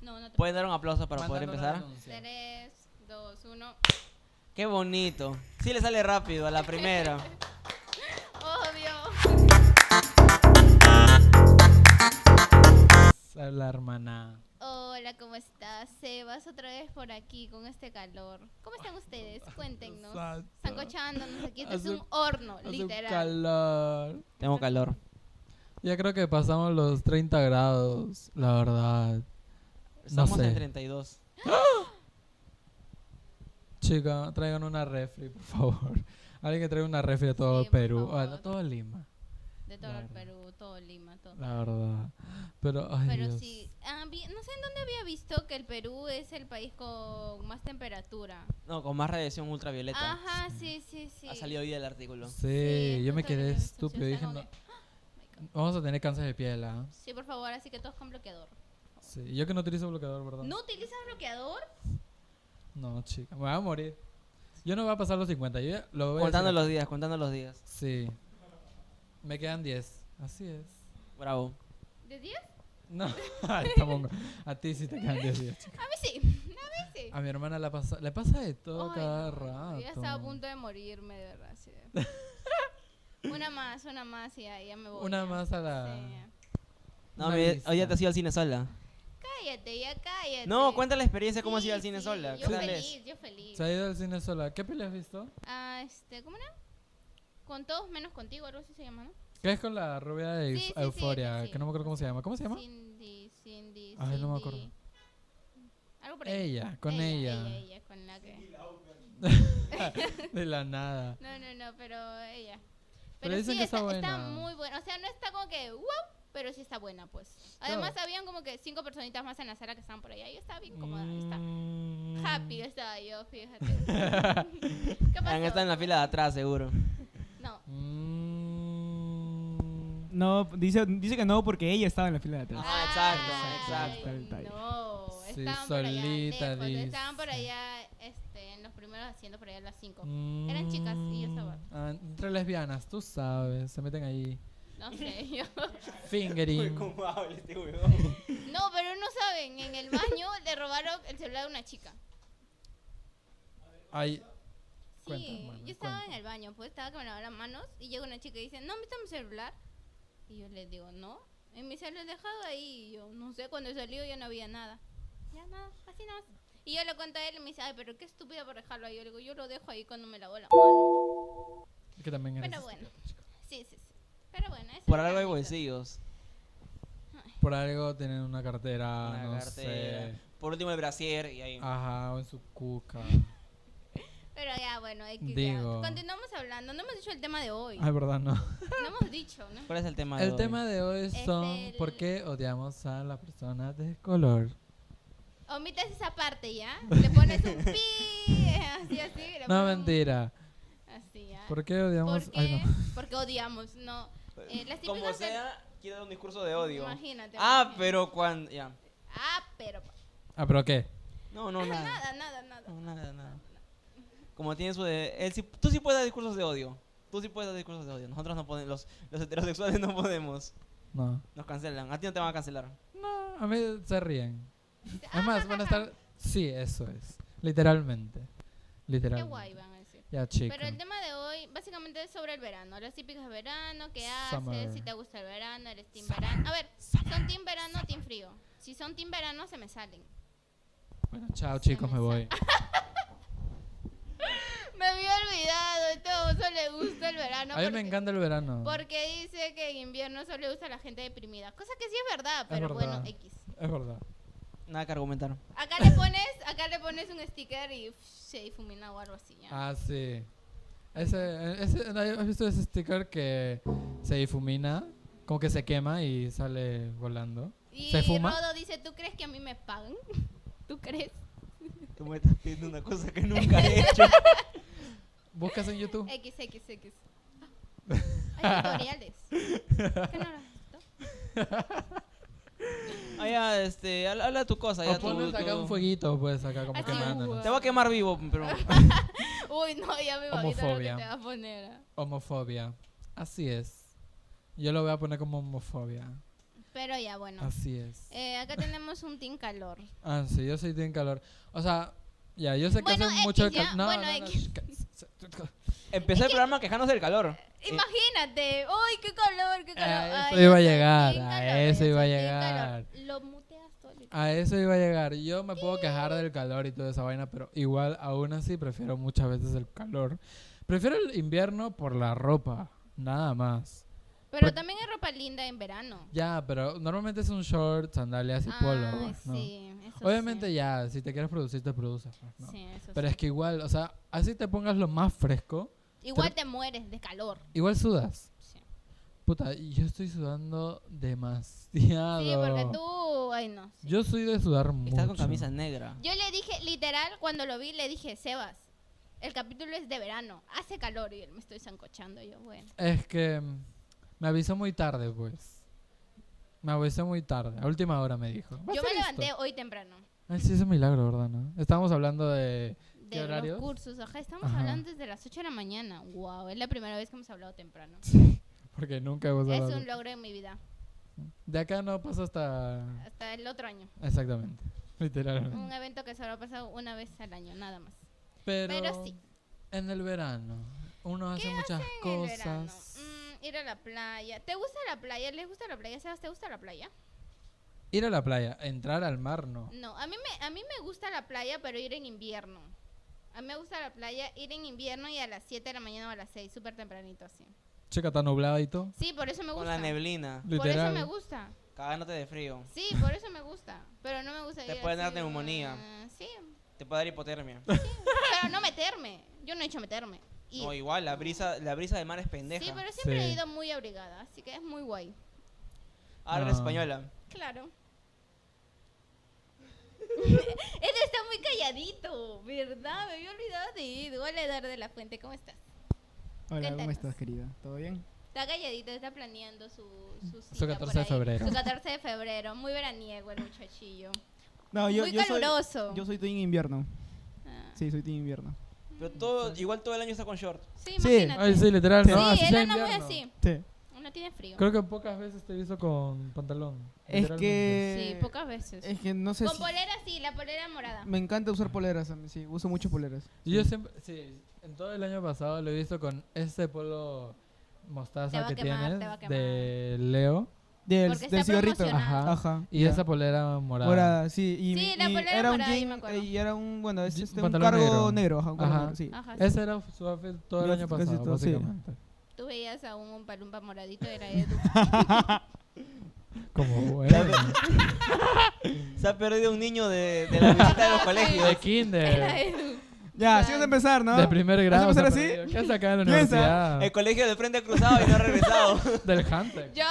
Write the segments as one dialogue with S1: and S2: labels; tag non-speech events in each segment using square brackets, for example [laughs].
S1: No, no te
S2: ¿Pueden dar un aplauso para poder
S3: Mandando una
S2: empezar?
S3: denuncia.
S1: 3, 2, 1.
S2: Qué bonito. Sí le sale rápido a la primera.
S1: Obvio.
S3: A La hermana.
S1: Hola, ¿cómo estás? Sebas otra vez por aquí con este calor. ¿Cómo están ustedes? Cuéntenos.
S3: Exacto.
S1: Sancochándonos aquí. Este es
S3: Hace-
S1: un horno,
S3: Hace un
S1: literal.
S3: calor.
S2: Tengo calor.
S3: Ya creo que pasamos los 30 grados, la verdad. No
S2: Estamos
S3: sé.
S2: en 32.
S3: Chica, traigan una refri, por favor. [laughs] Alguien que traiga una refri a todo
S1: Sí, por
S3: Perú.
S1: favor.
S3: Ah, no, todo Lima,
S1: De todo el
S3: Claro.
S1: Perú, todo Lima, todo.
S3: la verdad. Pero, ay,
S1: Pero
S3: Dios.
S1: sí, ah, vi- no sé en dónde había visto que el Perú es el país con más temperatura.
S2: No, con más radiación ultravioleta.
S1: Ajá, sí, sí, Ah, sí.
S2: Ha salido hoy el artículo.
S3: Sí,
S1: Sí,
S3: yo
S1: justo lo
S3: me
S1: que
S3: quedé
S1: me pasó, yo
S3: estúpido. Dije,
S1: estaba
S3: no,
S1: God.
S3: vamos a tener cáncer de piel, ¿ah?
S1: Sí, por favor, así que todos con bloqueador.
S3: Sí, yo que no utilizo bloqueador, ¿verdad?
S1: ¿No utilizas bloqueador?
S3: No, chica, me voy a morir. Yo no voy a pasar los 50, yo ya lo voy
S2: Contando
S3: a decir
S2: los días, contando los días.
S3: aquí. Sí. Me quedan 10. Así es.
S2: Bravo.
S1: ¿De 10?
S3: No, [laughs] ay, tampoco. A ti sí te quedan 10 días, chica.
S1: A mí sí, a mí sí.
S3: A mi hermana la pasa, le pasa de todo
S1: Ay, no,
S3: cada rato.
S1: Yo ya estaba a punto de morirme, de verdad.
S3: [laughs]
S1: sí. una más, una más y ya, ya me voy.
S3: Una
S1: ya.
S3: más a la-
S1: Sí.
S2: No,
S3: Una
S2: mi-
S3: lista.
S2: hoy ya te has ido al cine sola.
S1: Cállate, ya cállate.
S2: No, cuenta la experiencia cómo has
S1: Eh, Sí,
S2: ido al cine
S1: sí,
S2: sola. ¿Qué
S1: Yo
S2: tal
S1: feliz,
S2: es?
S1: yo feliz.
S3: Se ha ido al cine sola. ¿Qué peli has visto?
S1: Ah, este, ¿cómo era? Con todos menos contigo, algo así se llama, ¿no?
S3: ¿Qué es con la rubia de
S1: Sí, sí, sí,
S3: Euforia?
S1: sí, sí.
S3: Que no me acuerdo cómo se llama. ¿Cómo se llama?
S1: Cindy, Cindy,
S3: Ay, no me
S1: Cindy.
S3: acuerdo.
S1: Algo por ahí.
S3: Ella, con ella.
S1: Ella, ella, con la que...
S3: [laughs] De la nada.
S1: No, no, no, pero ella. Pero,
S3: dicen
S1: sí,
S3: que
S1: está,
S3: está
S1: está
S3: buena.
S1: muy buena. O sea, no está como que wow, pero sí está buena, pues. Además, habían como que cinco personitas más en la sala que estaban por allá. Yo estaba bien cómoda. yo estaba
S3: Mm.
S1: Happy estaba yo, fíjate.
S3: [laughs]
S1: ¿Qué
S2: Han estado en
S1: pasó?
S2: la fila de atrás,
S3: [laughs]
S2: seguro.
S1: No.
S3: Mm.
S4: No, dice, dice que no porque ella estaba en la fila de atrás.
S2: Ah, exacto,
S4: exacto.
S1: Ay,
S4: Está bien, está bien.
S1: No,
S3: Sí,
S1: estaban por allá
S3: solita,
S1: lejos,
S3: dice.
S1: Estaban por allá este, en los primeros asientos, por allá en las cinco. Eran chicas y yo estaba-
S3: Mm. Ah, entre lesbianas, tú sabes. Se meten ahí.
S1: No sé, [laughs]
S3: [laughs]
S1: yo.
S3: Fingering.
S2: [laughs] habla este huevón?
S1: No, pero no saben, en el baño le robaron el celular a una chica.
S3: Ay,
S1: Sí,
S3: Cuenta, Manuel,
S1: yo estaba en
S3: cuenta.
S1: el baño, pues estaba que me lavaba las manos y llega una chica y dice, ¿no han visto mi celular? Y yo les digo, no, en mi celular lo he dejado ahí y yo, no sé, cuando salió ya no había nada. Ya nada, así nada más. Y yo le cuento a él y me dice, ay, pero qué estúpida por dejarlo ahí. Yo le digo, yo lo dejo ahí cuando me lavo la mano.
S3: que también eres este,
S1: Pero bueno, sí, sí, sí. Pero bueno, eso
S2: Por
S1: era
S2: algo hay
S1: bonito.
S2: bolsillos.
S3: Por algo tienen una cartera,
S2: Una
S3: Ah, no
S2: cartera.
S3: sé. Ah.
S2: Por último, el brasier y ahí.
S3: Ajá, o en su cuca.
S1: Pero ya, bueno, hay que
S3: Digo.
S1: continuamos hablando. No hemos dicho el tema de hoy.
S3: Ay, verdad, no.
S1: No hemos dicho, ¿no?
S2: ¿Cuál es el tema de
S3: El
S2: hoy?
S3: tema de hoy
S1: Es
S3: son
S1: el-
S3: por qué odiamos a la persona de color.
S1: Omites esa parte ya. Le pones un [laughs] pi, así, así. le
S3: No,
S1: pones un-
S3: mentira.
S1: Así ya.
S3: ¿Por qué odiamos?
S1: Porque,
S3: Ay, no. [laughs]
S1: porque odiamos, no. Eh, las
S2: Como
S1: típicas de-
S2: sea, quiero dar un discurso de odio.
S1: Imagínate.
S2: Ah,
S1: imagínate.
S2: pero cuando... Ya.
S1: Ah, pero.
S3: Ah, pero qué.
S2: No, no, nada.
S1: Nada, nada, nada.
S2: No, nada, nada. Como tiene su de... él sí- tú sí puedes dar discursos de odio. Tú sí puedes dar discursos de odio. Nosotros no podemos... Los, los heterosexuales no podemos.
S3: No.
S2: Nos cancelan. A ti no te van a cancelar.
S3: No, a mí se ríen.
S1: Ah,
S3: Es más, van a estar. Sí, eso es. Literalmente.
S1: Qué
S3: Literalmente.
S1: guay van a decir.
S3: Ya, chica.
S1: Pero el tema de hoy básicamente es sobre el verano, las típicas de verano, qué
S3: Summer.
S1: haces, si te gusta el verano, eres team verano. A ver, ¿son team verano o team frío? Si son team verano se me salen.
S3: Bueno, chao, chicos, me voy.
S1: Me había olvidado, este baboso le gusta el verano.
S3: A mí me
S1: porque-
S3: encanta el verano.
S1: Porque dice que en invierno solo le gusta a la gente deprimida. Cosa que sí es verdad,
S3: Es
S1: pero bueno,
S3: verdad.
S1: X.
S3: Es verdad.
S2: Nada que argumentar.
S1: Acá le pones, acá le pones un sticker y pf, se difumina o algo así. ya.
S3: Ah, sí. Ese, ese, ¿no ¿Has visto ese sticker que se difumina? Como que se quema y sale volando.
S1: y
S3: ¿se fuma?
S1: Rodo dice, ¿tú crees que a mí me pagan? [laughs] ¿Tú crees?
S2: Tú me estás pidiendo una cosa que nunca he hecho.
S3: Buscas en YouTube.
S1: X, X, X.
S3: [laughs]
S1: Hay tutoriales. ¿Qué no lo has visto?
S2: Ah, ya, este... Habla, habla tu cosa. Ya,
S3: O
S2: tú-
S3: pones acá
S2: tú-
S3: un fueguito, pues, acá como
S1: Así,
S3: quemándonos.
S2: Te voy a quemar vivo, pero...
S1: Uy, no, ya me imagino lo que
S3: Homofobia.
S1: te va a poner. ah.
S3: Homofobia. Así es. Yo lo voy a poner como homofobia.
S1: Pero ya, bueno.
S3: Así es.
S1: Eh, acá tenemos un team calor.
S3: Ah, sí, yo soy bien calor. O sea, ya, yo sé que
S1: Bueno,
S3: hace
S1: X,
S3: mucho
S1: ya,
S3: calor. No,
S1: bueno,
S3: no, no,
S1: X.
S3: sh- ca- s- s-
S2: Empezó el programa quejándose del calor.
S1: Imagínate, ¡ay, qué calor, qué calor!
S3: A
S1: Ay,
S3: Eh. Ah, eso iba
S1: yo
S3: a
S1: soy
S3: llegar,
S1: bien
S3: a
S1: calor,
S3: eso
S1: yo
S3: iba a
S1: soy bien
S3: llegar. Ah,
S1: calor. Lo muteas todo el-
S3: A eso iba a llegar. Yo me puedo quejar del calor y toda esa vaina, pero igual, aún así, prefiero muchas veces el calor. Prefiero el invierno por la ropa, nada más.
S1: Pero
S3: Por-
S1: también hay ropa linda en verano.
S3: Ya, pero normalmente es un short, sandalias y polo.
S1: Ay,
S3: pues, ¿no?
S1: sí, eso sí.
S3: Obviamente ya, si te quieres producir, te produces. pues, ¿no?
S1: Sí, eso
S3: Pero
S1: sí.
S3: es que igual, o sea, así te pongas lo más fresco,
S1: Igual te mueres de calor.
S3: igual sudas.
S1: Sí,
S3: Puta, yo estoy sudando demasiado.
S1: Sí, porque tú, ay no. sí.
S3: Yo soy de sudar mucho.
S2: Estás con camisa negra.
S1: Yo le dije, literal, cuando lo vi, le dije, Sebas, el capítulo es de verano, hace calor y él me estoy zancochando. Yo, bueno.
S3: Es que mm, me avisó muy tarde, pues. Me avisó muy tarde, a última hora me dijo. "Va a
S1: Yo me
S3: ser esto".
S1: levanté hoy temprano.
S3: Ay, sí, es un milagro, ¿verdad? No? Estábamos hablando de... ¿Qué
S1: De los
S3: horarios?
S1: cursos, ajá, estamos
S3: Ajá.
S1: hablando desde las 8 de la mañana. Wow, es la primera vez que hemos hablado temprano.
S3: Porque nunca hemos
S1: Es
S3: hablado.
S1: un logro en mi vida.
S3: De acá no pasa hasta...
S1: Hasta el otro año.
S3: Exactamente. Literalmente.
S1: Un evento que solo ha pasado una vez al año, nada más.
S3: Pero,
S1: Pero sí.
S3: En el verano. Uno hace muchas
S1: En el verano,
S3: cosas.
S1: mm, ir a la playa. ¿Te gusta la playa? ¿Les gusta la playa? Sebas, ¿te gusta la playa?
S3: Ir a la playa, entrar al mar, no.
S1: No, a mí, me, a mí me gusta la playa, pero ir en invierno. A mí me gusta la playa, ir en invierno y a las 7 de la mañana o a las 6, súper tempranito, así.
S3: Checa, está nubladito.
S1: Sí, por eso me
S2: Con
S1: gusta.
S2: la neblina.
S1: por eso
S3: Literal.
S1: me gusta.
S2: Cagándote de frío.
S1: Sí, por eso me gusta. Pero no me gusta
S2: Te
S1: ir
S2: pueden
S1: así,
S2: dar neumonía.
S1: ah, sí,
S2: Te puede dar hipotermia.
S1: pero no meterme. Yo no he hecho meterme. Y-
S2: No, igual, la brisa, la brisa del mar es pendeja.
S1: sí, pero siempre he
S3: Sí.
S1: ido muy abrigada, así que es muy guay.
S2: Habla
S3: No.
S2: española.
S1: Claro. [laughs] Él está muy calladito, ¿verdad? Me había olvidado de él. Hola, Eduardo de la Fuente, ¿cómo estás?
S4: Hola, ¿cómo
S1: Cuéntanos.
S4: estás, querida? ¿Todo bien?
S1: Está calladito, está planeando su, su, cita por
S3: 14 de
S1: ahí.
S3: febrero.
S1: Su 14 de febrero, muy veraniego el muchachillo.
S4: No,
S1: muy
S4: soy-
S1: caluroso.
S4: yo soy team invierno.
S1: Ah,
S4: Sí, soy team invierno.
S2: Pero todo, igual todo el año está con short.
S1: sí,
S4: Sí.
S1: imagínate.
S3: Ay, sí, literal,
S4: Sí.
S3: no.
S1: Sí,
S3: así
S1: él
S3: sea
S1: anda muy
S3: invierno.
S1: así.
S4: Sí.
S1: Uno tiene frío.
S3: Creo que pocas veces te he visto con pantalón.
S4: Es
S3: literalmente.
S4: que...
S1: Sí, pocas veces.
S4: Es que no sé
S1: Con
S4: si-
S1: polera sí, la polera morada.
S4: Me encanta usar poleras, a mí, sí. Uso mucho poleras.
S3: Y Yo siempre. Sí, en todo el año pasado lo he visto con este polo
S1: Te va
S3: mostaza
S1: a
S3: que
S1: quemar, te va a
S3: tienes
S1: quemar.
S3: de Leo
S4: Del,
S1: Porque
S4: del
S1: está
S4: cigarrito.
S1: promocionado.
S3: Ajá.
S4: Ajá.
S3: y
S4: ya.
S3: esa polera morada.
S4: Morada, sí. Y,
S1: Sí,
S4: y
S1: la polera
S4: era un
S1: morada, yo
S4: jean,
S1: me acuerdo.
S4: eh, y era un, bueno, es
S3: Ye-
S4: este, un
S3: pantalón
S4: cargo negro,
S3: negro.
S4: ajá, un cargo
S3: Ajá.
S4: negro, sí.
S1: Ajá, sí.
S3: Ese era su outfit todo el
S4: Yo
S3: año
S4: casi
S3: pasado,
S4: todo, sí.
S3: básicamente.
S1: Tú veías a un palumpa moradito, era
S3: [laughs]
S1: Edu.
S4: [laughs]
S3: Como bueno.
S2: Se ha perdido un niño de, de la visita de los
S3: de
S2: colegios.
S1: Era [laughs]
S3: kinder.
S1: Edu.
S4: Ya,
S1: Claro.
S4: así vas a empezar, ¿no?
S3: De primer grado.
S4: ¿Vas a empezar
S3: se ha
S4: así?
S3: perdido. ¿Qué hace acá en la
S4: Piensa, Eh,
S3: universidad?
S2: El colegio de frente ha cruzado y no ha regresado.
S3: Del Hunter.
S1: Yo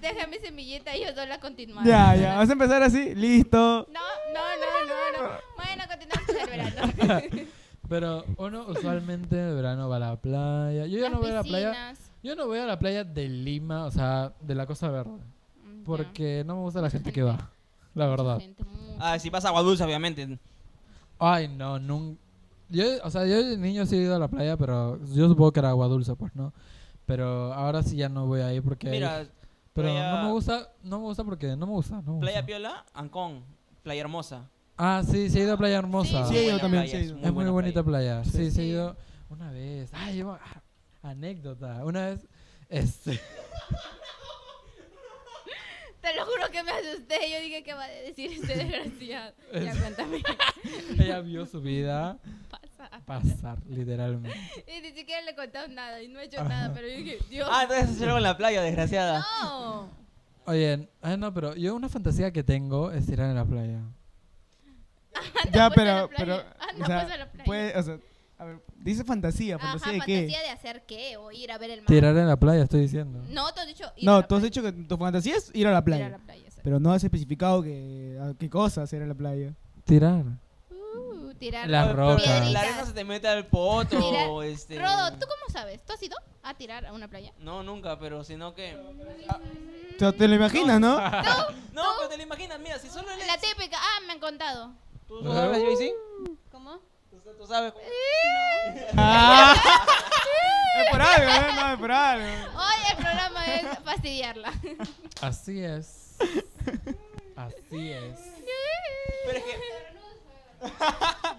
S1: dejé mi semillita y ellos dos la continuaron.
S4: Ya, ya, vas a empezar así,
S1: [laughs]
S4: listo.
S1: No, no, no, no, no. Bueno, continuamos con el verano.
S3: Pero uno usualmente de verano va a la playa. [laughs] Yo ya
S1: Las
S3: no voy a la playa.
S1: piscinas.
S3: Yo no voy a la playa de Lima, o sea, de la Costa Verde.
S1: Mm, ya.
S3: Porque no me gusta la gente que
S1: gente.
S3: va. La verdad.
S1: Gente, mucho.
S2: [laughs] Ah, si pasa agua dulce, obviamente.
S3: Ay, no, nunca. Yo, o sea, yo de niño sí he ido a la playa, pero yo supongo que era agua dulce, pues, ¿no? Pero ahora sí ya no voy a ir porque.
S2: Mira,
S3: pero
S2: playa-
S3: no me gusta, no me gusta porque no me gusta. No me
S2: Playa
S3: gusta.
S2: Piola, Ancón, Playa Hermosa.
S3: Ah, sí, sí he ido a Playa Hermosa.
S1: Sí,
S4: Sí, yo
S1: buena
S4: también,
S2: playa,
S4: sí.
S2: es
S4: yo.
S2: muy
S3: es muy
S2: buena
S3: bonita playa. Sí, sí,
S1: Sí.
S3: he ido una vez. Ay, yo me- ah, anécdota. Una vez. Este. [laughs]
S1: Te lo juro que me asusté. Yo dije, ¿qué va a decir este desgraciado? Ya, cuéntame.
S3: ella vio su vida
S1: Pasa.
S3: pasar, literalmente.
S1: Y ni siquiera le he contado nada y no he hecho
S3: Ajá.
S1: nada. Pero yo dije, Dios.
S2: Ah, entonces se algo en la playa, desgraciada.
S1: No.
S3: Oye, ay, no, pero yo una fantasía que tengo es tirar en la playa.
S4: Ya,
S1: pues a la
S4: pero,
S1: playa.
S4: pero,
S1: Anda,
S4: o sea,
S1: pues a la playa.
S4: puede- o sea, a ver, dice fantasía,
S1: Ajá,
S4: ¿fantasía de qué?
S1: fantasía de hacer qué o ir a ver el mar.
S3: Tirar en la playa, estoy diciendo.
S1: No, tú has dicho ir a
S4: No,
S1: la
S4: tú has
S1: playa.
S4: dicho que tu fantasía es ir a la
S1: Ir a
S4: playa,
S1: la playa. sí.
S4: pero no has especificado que, a qué cosas ir a la playa.
S3: Tirar.
S1: Uh, tirar
S3: La
S2: Pero
S3: roca.
S2: La
S1: Piedritas.
S2: arena se te mete al poto.
S1: Mira,
S2: o este...
S1: Rodo, ¿tú cómo sabes? ¿Tú has ido a tirar a una playa?
S2: No, nunca, pero sino que.
S4: O sea, te lo imaginas, ¿no?
S2: No, pero te lo imaginas, mira, si solo le.
S1: La típica, ah, me han contado.
S2: ¿Tú sabes, Jaycee?
S1: ¿Cómo?
S2: ¿Tú, tú sabes cómo-
S4: Ah, [laughs] Es por algo, ¿eh? No, es por algo.
S1: Hoy el programa es fastidiarla.
S3: Así
S1: [laughs]
S3: es. Así es.
S2: Pero es que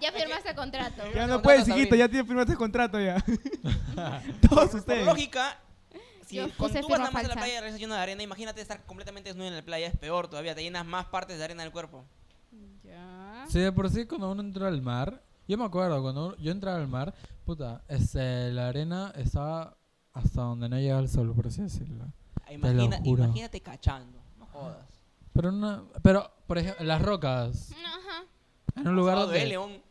S1: [laughs] Ya firmaste contrato.
S4: Ya no
S2: contrato,
S4: puedes, hijito,
S2: Sabrina.
S4: ya tienes firmado este contrato ya.
S2: por,
S4: Todos
S2: por
S4: ustedes.
S2: lógica, si
S1: Yo
S2: con
S1: puse
S2: tú vas
S1: firma
S2: nada más a la
S1: falsa.
S2: playa y regresas lleno de arena, imagínate estar completamente desnudo en la playa, es peor todavía, te llenas más partes de arena del cuerpo.
S1: Ya.
S3: Sí, de por sí cuando uno entra al mar, yo me acuerdo, cuando yo entraba al mar, puta, este, la arena estaba hasta donde no llegaba el sol, por así decirlo.
S2: Ah, Imagina,
S3: juro.
S2: imagínate cachando, no jodas.
S3: Pero una, pero por ejemplo, las rocas,
S1: Ajá.
S3: en un [laughs] lugar
S2: Pasado de [laughs]
S3: donde [laughs]
S2: León.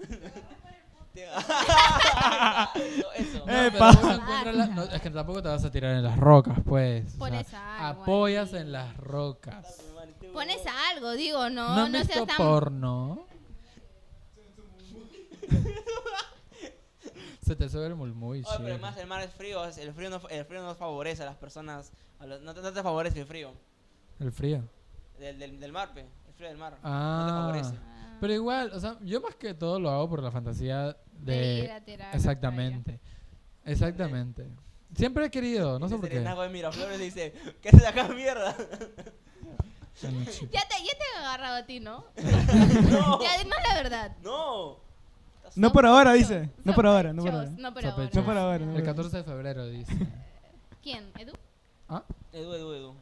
S2: Te- eso, eso.
S3: No, pero
S4: ¡Epa!
S3: uno encuentra la- no, es que tampoco te vas a tirar en las rocas, pues. o
S1: Pones
S3: sea,
S1: algo
S3: apoyas
S1: ahí.
S3: en las rocas.
S1: Pones algo, digo, no,
S3: ¿No
S1: no,
S3: han visto
S1: seas tan.
S3: porno? Se te sube el mulmuy,
S2: Oye, pero
S3: chico.
S2: además el mar es frío, es- el frío no, el frío no favorece a las personas, a los- no, te- no te favorece el frío
S3: El frío.
S2: del, del, del mar, pe, el frío del mar.
S3: Ah.
S2: No te favorece.
S1: Ah,
S3: Pero igual, o sea, yo más que todo lo hago por la fantasía de...
S1: de ir a tirar a la
S3: Exactamente. Exactamente. Siempre he querido, no sé
S2: El
S3: por qué.
S2: serenazgo de Miraflores dice, ¿qué haces acá, mierda? [laughs]
S3: En el chip.
S1: playa. Ya te, ya te han agarrado a ti, ¿no?
S2: no,
S1: Ya, además la verdad.
S2: no.
S4: No por ahora, dice. No por ahora, no por ahora.
S1: Sospechosos, No por ahora.
S3: Sospechosos.
S4: No por ahora, no
S3: El 14 de febrero,
S4: [laughs]
S3: dice.
S1: ¿Quién? ¿Edu?
S3: ¿Ah?
S2: Edu, Edu, Edu. Edu.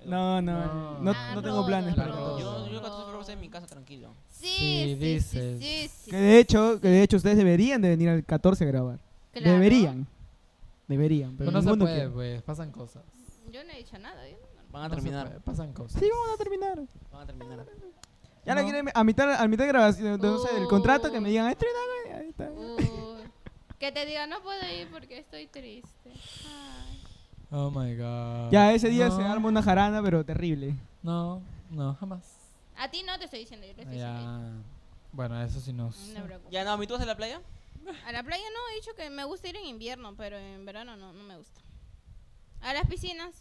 S3: No.
S4: No, no, no,
S1: Ah,
S4: no tengo
S1: Rodo,
S4: planes. para
S3: Rodo.
S4: ahora.
S2: Yo, yo el 14 de febrero voy a estar en mi casa tranquilo.
S1: Sí,
S3: Sí,
S1: sí,
S3: dices.
S1: Sí, sí, sí.
S4: Que de hecho, que de hecho ustedes deberían de venir al 14 a grabar.
S1: Claro.
S4: Deberían. Deberían,
S3: Pero
S4: pero
S3: no se
S4: ninguno
S3: puede,
S4: quiere.
S3: pues. Pasan cosas.
S1: Yo no he dicho nada. yo no-
S2: Van a
S3: No se
S2: terminar.
S3: puede, pasan cosas.
S4: Sí, vamos a terminar.
S2: Van a terminar.
S4: Ya la
S3: No.
S4: quieren a mitad, a mitad de grabación, no sé, del contrato que me
S1: Uh.
S4: digan, estrena, güey, ahí está.
S1: Uy, que te diga, no puedo ir porque estoy triste. Ay.
S3: Oh my god.
S4: Ya ese día
S3: No,
S4: se arma una jarana, pero terrible.
S3: No, no, jamás.
S1: A ti no te estoy diciendo, yo te estoy diciendo.
S3: Ya. Bueno, eso sí nos.
S1: No te preocupes.
S2: Ya, no, ¿mi tú vas a la playa?
S1: A la playa no, he dicho que me gusta ir en invierno, pero en verano no, no me gusta. A las piscinas.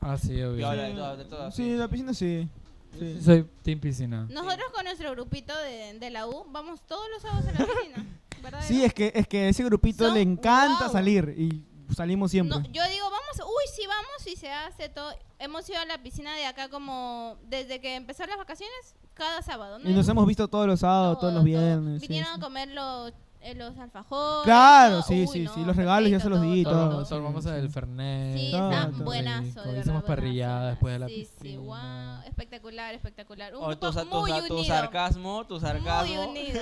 S3: Ah, sí,
S2: Yo
S3: obvio.
S2: hablo de todas, de todas.
S4: Sí, la piscina sí. Sí.
S3: Soy Team Piscina.
S1: Nosotros con nuestro grupito de, de la U vamos todos los sábados a la
S4: [laughs]
S1: piscina. ¿verdad?
S4: Sí, es que, es que ese grupito
S1: Son-
S4: le encanta
S1: wow.
S4: salir y salimos siempre.
S1: No, yo digo, vamos, uy, sí vamos y se hace todo. Hemos ido a la piscina de acá como desde que empezaron las vacaciones, cada sábado. ¿no?
S4: y nos hemos visto todos los sábados,
S1: Todo,
S4: todos los
S1: todo.
S4: viernes. sí,
S1: Vinieron
S4: sí.
S1: a comer los, eh, los alfajores.
S4: Claro,
S1: todo.
S4: sí,
S1: Uy,
S4: sí,
S1: no,
S4: sí, los regalos ya se los di y
S1: perfecto,
S3: Todos,
S4: todo.
S3: todos vamos a del Fernet.
S1: Sí,
S4: todo,
S1: está
S4: todo
S1: buenazo.
S3: rico.
S1: de
S3: Hicimos
S1: verdad,
S3: parrillada
S1: buenazo.
S3: después de la
S1: sí,
S3: piscina. Oh,
S1: Sí, wow, espectacular, espectacular. Un
S2: O
S1: grupo
S2: Oh, tu, sa- tu
S1: muy
S2: sa- tu
S1: unido.
S2: sarcasmo, tu sarcasmo.
S1: Muy
S3: [laughs]
S1: unido.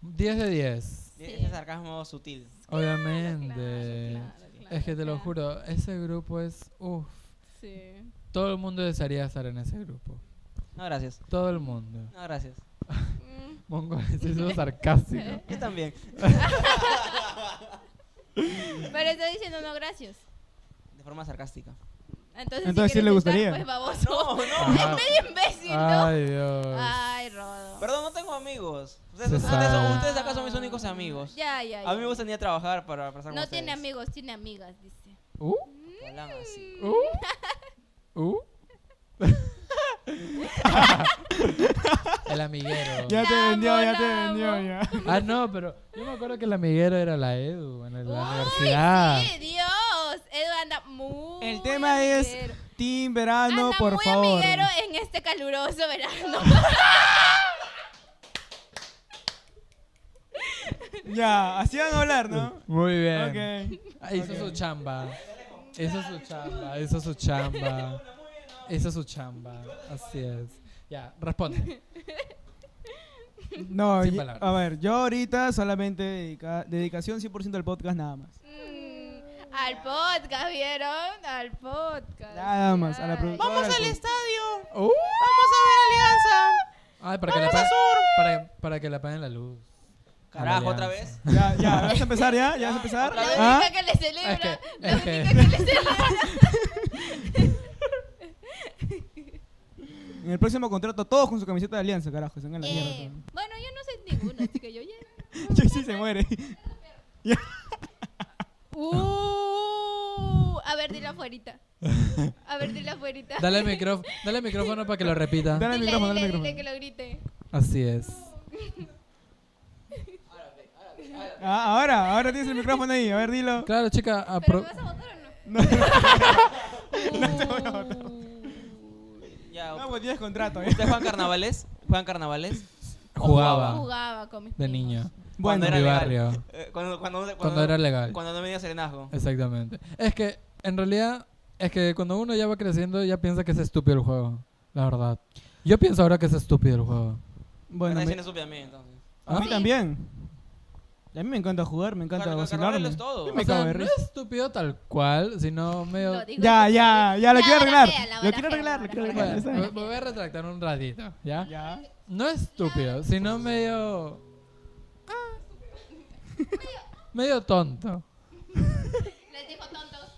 S3: 10 de 10.
S2: E- Ese sarcasmo sutil.
S3: Obviamente.
S1: claro, claro,
S3: es que te lo
S1: claro.
S3: juro, ese grupo es. Uff.
S1: Sí.
S3: Todo el mundo desearía estar en ese grupo.
S2: No, gracias.
S3: Todo el mundo.
S2: No, gracias.
S1: Mm,
S3: Mongo, eso es lo
S1: [laughs]
S3: sarcástico.
S2: Yo también.
S1: Pero estoy diciendo no gracias.
S2: De forma sarcástica.
S1: Entonces,
S4: Entonces,
S1: si
S4: sí
S1: quieres
S4: le
S1: estar,
S4: gustaría.
S1: pues baboso.
S2: No, no.
S3: Ajá.
S1: [laughs] Es medio imbécil, ¿no? Ah.
S3: Ay, Dios.
S1: Ay, Rodo.
S2: Perdón, no tengo amigos. Ustedes,
S3: Se
S2: ustedes son,
S4: Ah.
S3: sabe.
S2: ustedes acá son mis únicos amigos.
S1: Ya, ya, ya.
S2: A mí me gusta ni a trabajar para pasar con
S1: No tiene
S2: ustedes.
S1: amigos, tiene amigas, dice.
S3: Uh,
S2: Galán
S1: Mm.
S2: así.
S3: uh, uh. [laughs] el amiguero.
S4: Ya te
S1: La
S4: vendió, ya te
S1: amo, la
S4: vendió,
S1: amo.
S4: ya.
S3: Ah, no, pero yo me acuerdo que el amiguero era la Edu en la
S1: Uy,
S3: universidad.
S1: Sí, Dios. Edu anda muy.
S4: El tema es
S1: amiguero.
S4: Team Verano,
S1: Anda
S4: Ah, por
S1: muy
S4: favor.
S1: amiguero en este caluroso verano.
S4: Ya, así van a hablar, ¿no?
S3: Muy bien.
S4: Ok.
S3: Ah, Hizo su chamba. Hizo su chamba. Hizo su chamba. Hizo su chamba. Así es. Ya, responde. [laughs]
S4: No,
S3: Sin
S4: y-
S3: palabras.
S4: a ver, yo ahorita solamente dedica- dedicación 100% al podcast nada más.
S1: Mm, Al podcast, ¿vieron? Al podcast.
S4: Nada más, a la
S1: Ay.
S4: productora. Vamos
S3: pues.
S4: al podcast.
S2: estadio!
S3: Uh. Ay, para que, le paguen, para, para que le apaguen la luz.
S2: Carajo, otra
S3: Alianza.
S2: vez.
S4: Ya, ya, ¿vas a empezar ya? ¿Ya vas a empezar?
S1: La
S4: ¿Ah?
S1: única que le celebra.
S3: Es que-
S1: la
S3: es
S1: única
S3: que-
S1: que le celebra.
S4: En el próximo contrato todos con su camiseta de alianza, carajo, se van a la mierda.
S1: Eh, bueno, yo no sé ninguno, así que yo ya.
S4: [laughs] Yo sí se muere.
S1: Uh, a ver, dile afuerita. A ver, dile afuerita.
S3: Dale, micróf- dale micrófono para que lo
S4: Dale
S3: repita.
S4: el
S1: Dile,
S4: micrófono, dale el
S1: dile,
S4: micrófono.
S1: dile que lo grite.
S3: Así es.
S4: Ah, ahora, ahora tienes el micrófono ahí. A ver,
S3: [laughs]
S4: dilo.
S3: Claro, chica, ah,
S4: Ah,
S1: ¿Pero
S3: apro-
S1: me vas a votar o no?
S4: [laughs]
S1: Uh.
S2: Ya,
S3: Ah,
S4: No, pues tienes contrato, ¿eh?
S2: ¿Ustedes juegan carnavales? ¿Juegan carnavales?
S3: jugaba
S1: Jugaba con mis
S3: de
S1: primos.
S3: niño.
S2: Cuando
S4: Bueno,
S2: era
S3: mi
S2: legal.
S3: barrio.
S2: Eh, cuando, cuando, cuando,
S3: Cuando era legal.
S2: Cuando no venía serenazgo.
S3: Exactamente. Es que, en realidad, es que cuando uno ya va creciendo, ya piensa que es estúpido el juego. La verdad. Yo pienso ahora que es estúpido el juego.
S4: bueno
S2: Recién
S4: me-
S2: supe a mí, entonces.
S4: a mí
S1: ¿Ah?
S4: también. A mí me encanta jugar, me encanta
S2: Claro,
S4: vacilarme.
S2: carnaval es todo.
S4: Yo
S3: O
S4: me
S3: sea,
S4: cago de
S3: no
S4: risa.
S3: es estúpido tal cual, sino medio...
S1: Lo digo
S4: Ya,
S1: porque-
S4: ya, ya, lo
S1: La
S4: quiero
S1: barajea,
S4: arreglar.
S1: la
S4: Lo quiero
S1: barajea, la
S4: arreglar, lo quiero
S1: barajea.
S4: arreglar.
S3: Bueno,
S4: está
S3: me
S4: bien.
S3: me voy a retractar un ratito, ¿ya?
S4: Ya.
S3: No estúpido, sino medio... ah, medio tonto.
S1: Les dijo tontos.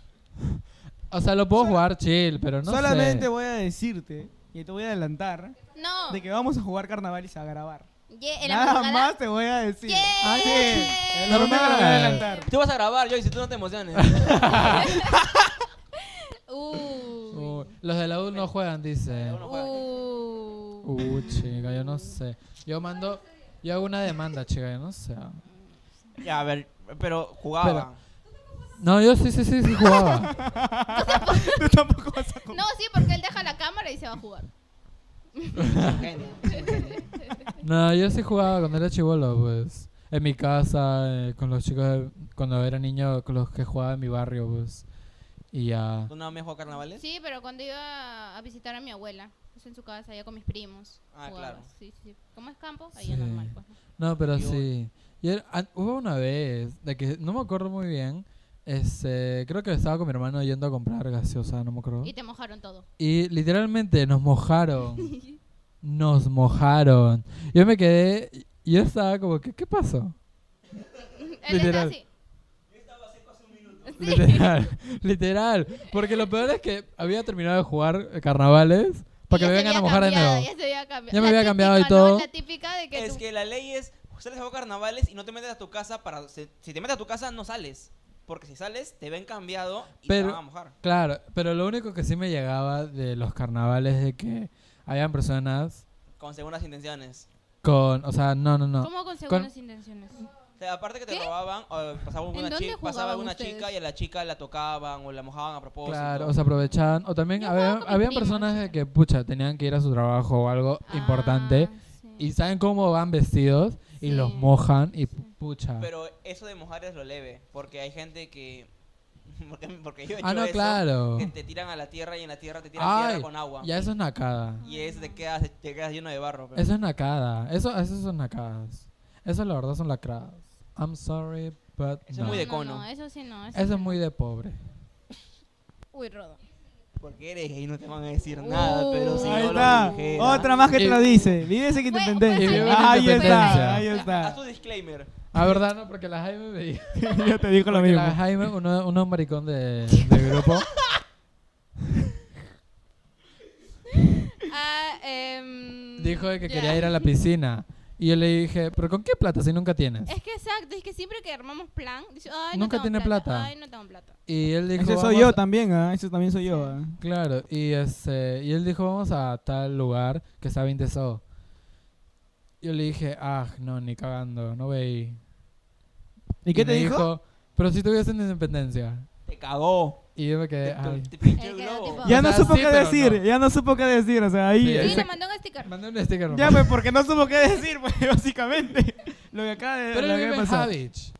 S3: O sea, lo puedo jugar chill, pero no
S4: Solamente
S3: sé.
S4: voy a decirte, y te voy a adelantar,
S1: No.
S4: de que vamos a jugar carnaval y se va a grabar.
S1: Ye- en la
S4: Nada
S1: madrugada-
S4: más te voy a decir.
S1: Yeah.
S4: Ah, sí. Es lo único que te voy a adelantar. [laughs]
S2: Tú vas a grabar, Joy, si tú no te
S3: [laughs]
S2: emociones.
S1: Uy.
S3: Uy, los de la U no juegan, dice.
S2: Uno juega.
S1: Uy.
S3: Uh, chica, yo no sé. Yo mando... Yo hago una demanda, chica, yo no sé.
S2: Ya, a ver, pero jugaba.
S3: No, yo sí, sí, sí, sí jugaba.
S4: Tú tampoco vas a
S1: No, sí, porque él deja la cámara y se va a jugar.
S2: Genio.
S3: No, yo sí jugaba cuando era chivolo, pues. En mi casa, eh, con los chicos, de- cuando era niño, con los que jugaba en mi barrio, pues. Y ya.
S2: ¿Tú no me jugado carnavales?
S1: Sí, pero cuando iba a visitar a mi abuela, pues en su casa, allá con mis primos.
S2: Ah,
S1: jugaba.
S2: claro.
S1: Sí, sí, sí. Como es campo, ahí
S3: Sí.
S1: es normal. Pues. ¿no?
S3: No, pero
S2: Y hoy-
S3: sí. Y era- an- hubo una vez, de que no me acuerdo muy bien, este, creo que estaba con mi hermano yendo a comprar gaseosa, no me acuerdo.
S1: Y te mojaron
S3: [laughs]
S1: todo.
S3: Y literalmente nos mojaron.
S1: [laughs]
S3: Nos mojaron. Yo me quedé, y yo estaba como que, ¿qué pasó?
S1: Él está
S3: Literal.
S1: así.
S3: Literal, [laughs] literal. Porque lo peor es que había terminado de jugar eh, carnavales para
S1: Y ya
S3: que me
S1: se
S3: vengan a
S1: había
S3: mojar de
S1: cambiado,
S3: nuevo.
S1: Ya, se había cambiado.
S3: Ya me
S1: La
S3: había cambiado y
S1: típica, ¿no?
S3: todo.
S1: La típica de que
S2: Es
S1: tú-
S2: que la ley es, sales a jugar carnavales y no te metes a tu casa para... se- Si te metes a tu casa, no sales. Porque si sales, te ven cambiado y
S3: Pero-
S2: te van a mojar.
S3: Claro, pero lo único que sí me llegaba de los carnavales es de que habían personas
S2: Con segundas intenciones.
S3: con, o sea, no, no, no.
S1: ¿Cómo con segundas intenciones?
S2: O sea, aparte que te
S1: ¿Qué?
S2: robaban, o eh, pasaba una,
S1: dónde
S2: chi- pasaba
S1: jugaban
S2: una
S1: ustedes?
S2: chica y a la chica la tocaban o la mojaban a propósito.
S3: Claro, o se aprovechaban. O también
S1: Yo jugaba
S3: había,
S1: con mis
S3: habían
S1: primas.
S3: personas de que, pucha, tenían que ir a su trabajo o algo [laughs] importante.
S1: Ah, sí.
S3: Y saben cómo van vestidos y los
S1: Sí.
S3: mojan y pucha.
S2: Pero eso de mojar es lo leve, porque hay gente que... [laughs] Porque, porque yo he hecho
S3: Ah, no,
S2: eso,
S3: claro.
S2: que te tiran a la tierra y en la tierra te tiran
S3: Ay,
S2: tierra con agua.
S3: ya eso es nacada.
S2: Y es te quedas, te quedas lleno de barro. pero-
S3: Eso es nacada. Eso, eso son nacadas. Eso la verdad son lacradas. I'm sorry, but
S2: Eso es
S3: no.
S2: muy de
S1: No,
S2: cono.
S1: No, eso sí no.
S3: Eso
S1: sí
S3: es muy de pobre.
S1: Uy, Rodo.
S2: Porque eres gay, no te van a decir
S3: Uh,
S2: nada, pero si
S4: Ahí
S2: no
S4: está.
S2: lo dijera.
S4: Otra más que te
S3: Y-
S4: lo dice. Vive ese que te
S1: Fue-
S4: entendés.
S1: fue
S3: Y Eh, vive
S1: Jaime.
S3: la
S4: Ahí
S3: independencia.
S4: está, ahí
S2: Haz tu
S4: está.
S2: disclaimer.
S3: Ah, verdad, no, porque la Jaime me dijo.
S4: [laughs] Yo te digo lo
S3: porque
S4: mismo.
S3: La Jaime, uno, uno maricón
S2: [laughs]
S3: de, de grupo.
S1: Ah, em,
S3: dijo de que
S1: ya.
S3: quería ir a la piscina. Y yo le dije, ¿pero con qué plata si nunca tienes?
S1: Es que exacto, es que siempre que armamos plan, dice, ay, no
S3: Nunca
S1: tengo
S3: tiene plata.
S1: Ay, no tengo plata.
S3: Y él dijo.
S4: Ese soy
S3: "Vamos
S4: yo
S3: a-".
S4: también, ¿ah? Ese también soy yo. ¿ah?
S3: Claro, y, este, y él dijo, vamos a tal lugar que está bien tesado. Yo le dije, ah, no, ni cagando, no voy a ir".
S4: ¿Y qué te
S3: me
S4: dijo?
S3: Pero si tuviesen independencia.
S2: Te cagó.
S3: Y yo me
S2: Te,
S3: quedé, Eh, ay.
S2: te pinchó
S1: Él
S2: el
S1: quedó
S2: globo.
S1: tipo-
S4: Ya
S3: O
S4: no
S3: sea,
S4: supo
S3: sí,
S4: qué
S3: pero
S4: decir,
S3: no.
S4: ya no supo qué decir, o sea, ahí...
S3: Sí,
S1: Sí,
S3: ese-
S1: le mandó un sticker.
S3: Mandé un sticker.
S4: Ya,
S3: nomás.
S4: pues, porque no supo qué decir, pues, [laughs] básicamente. Lo que acaba de...
S3: Pero
S4: lo
S3: él
S4: que
S3: vive en
S4: pasó.
S3: Javich.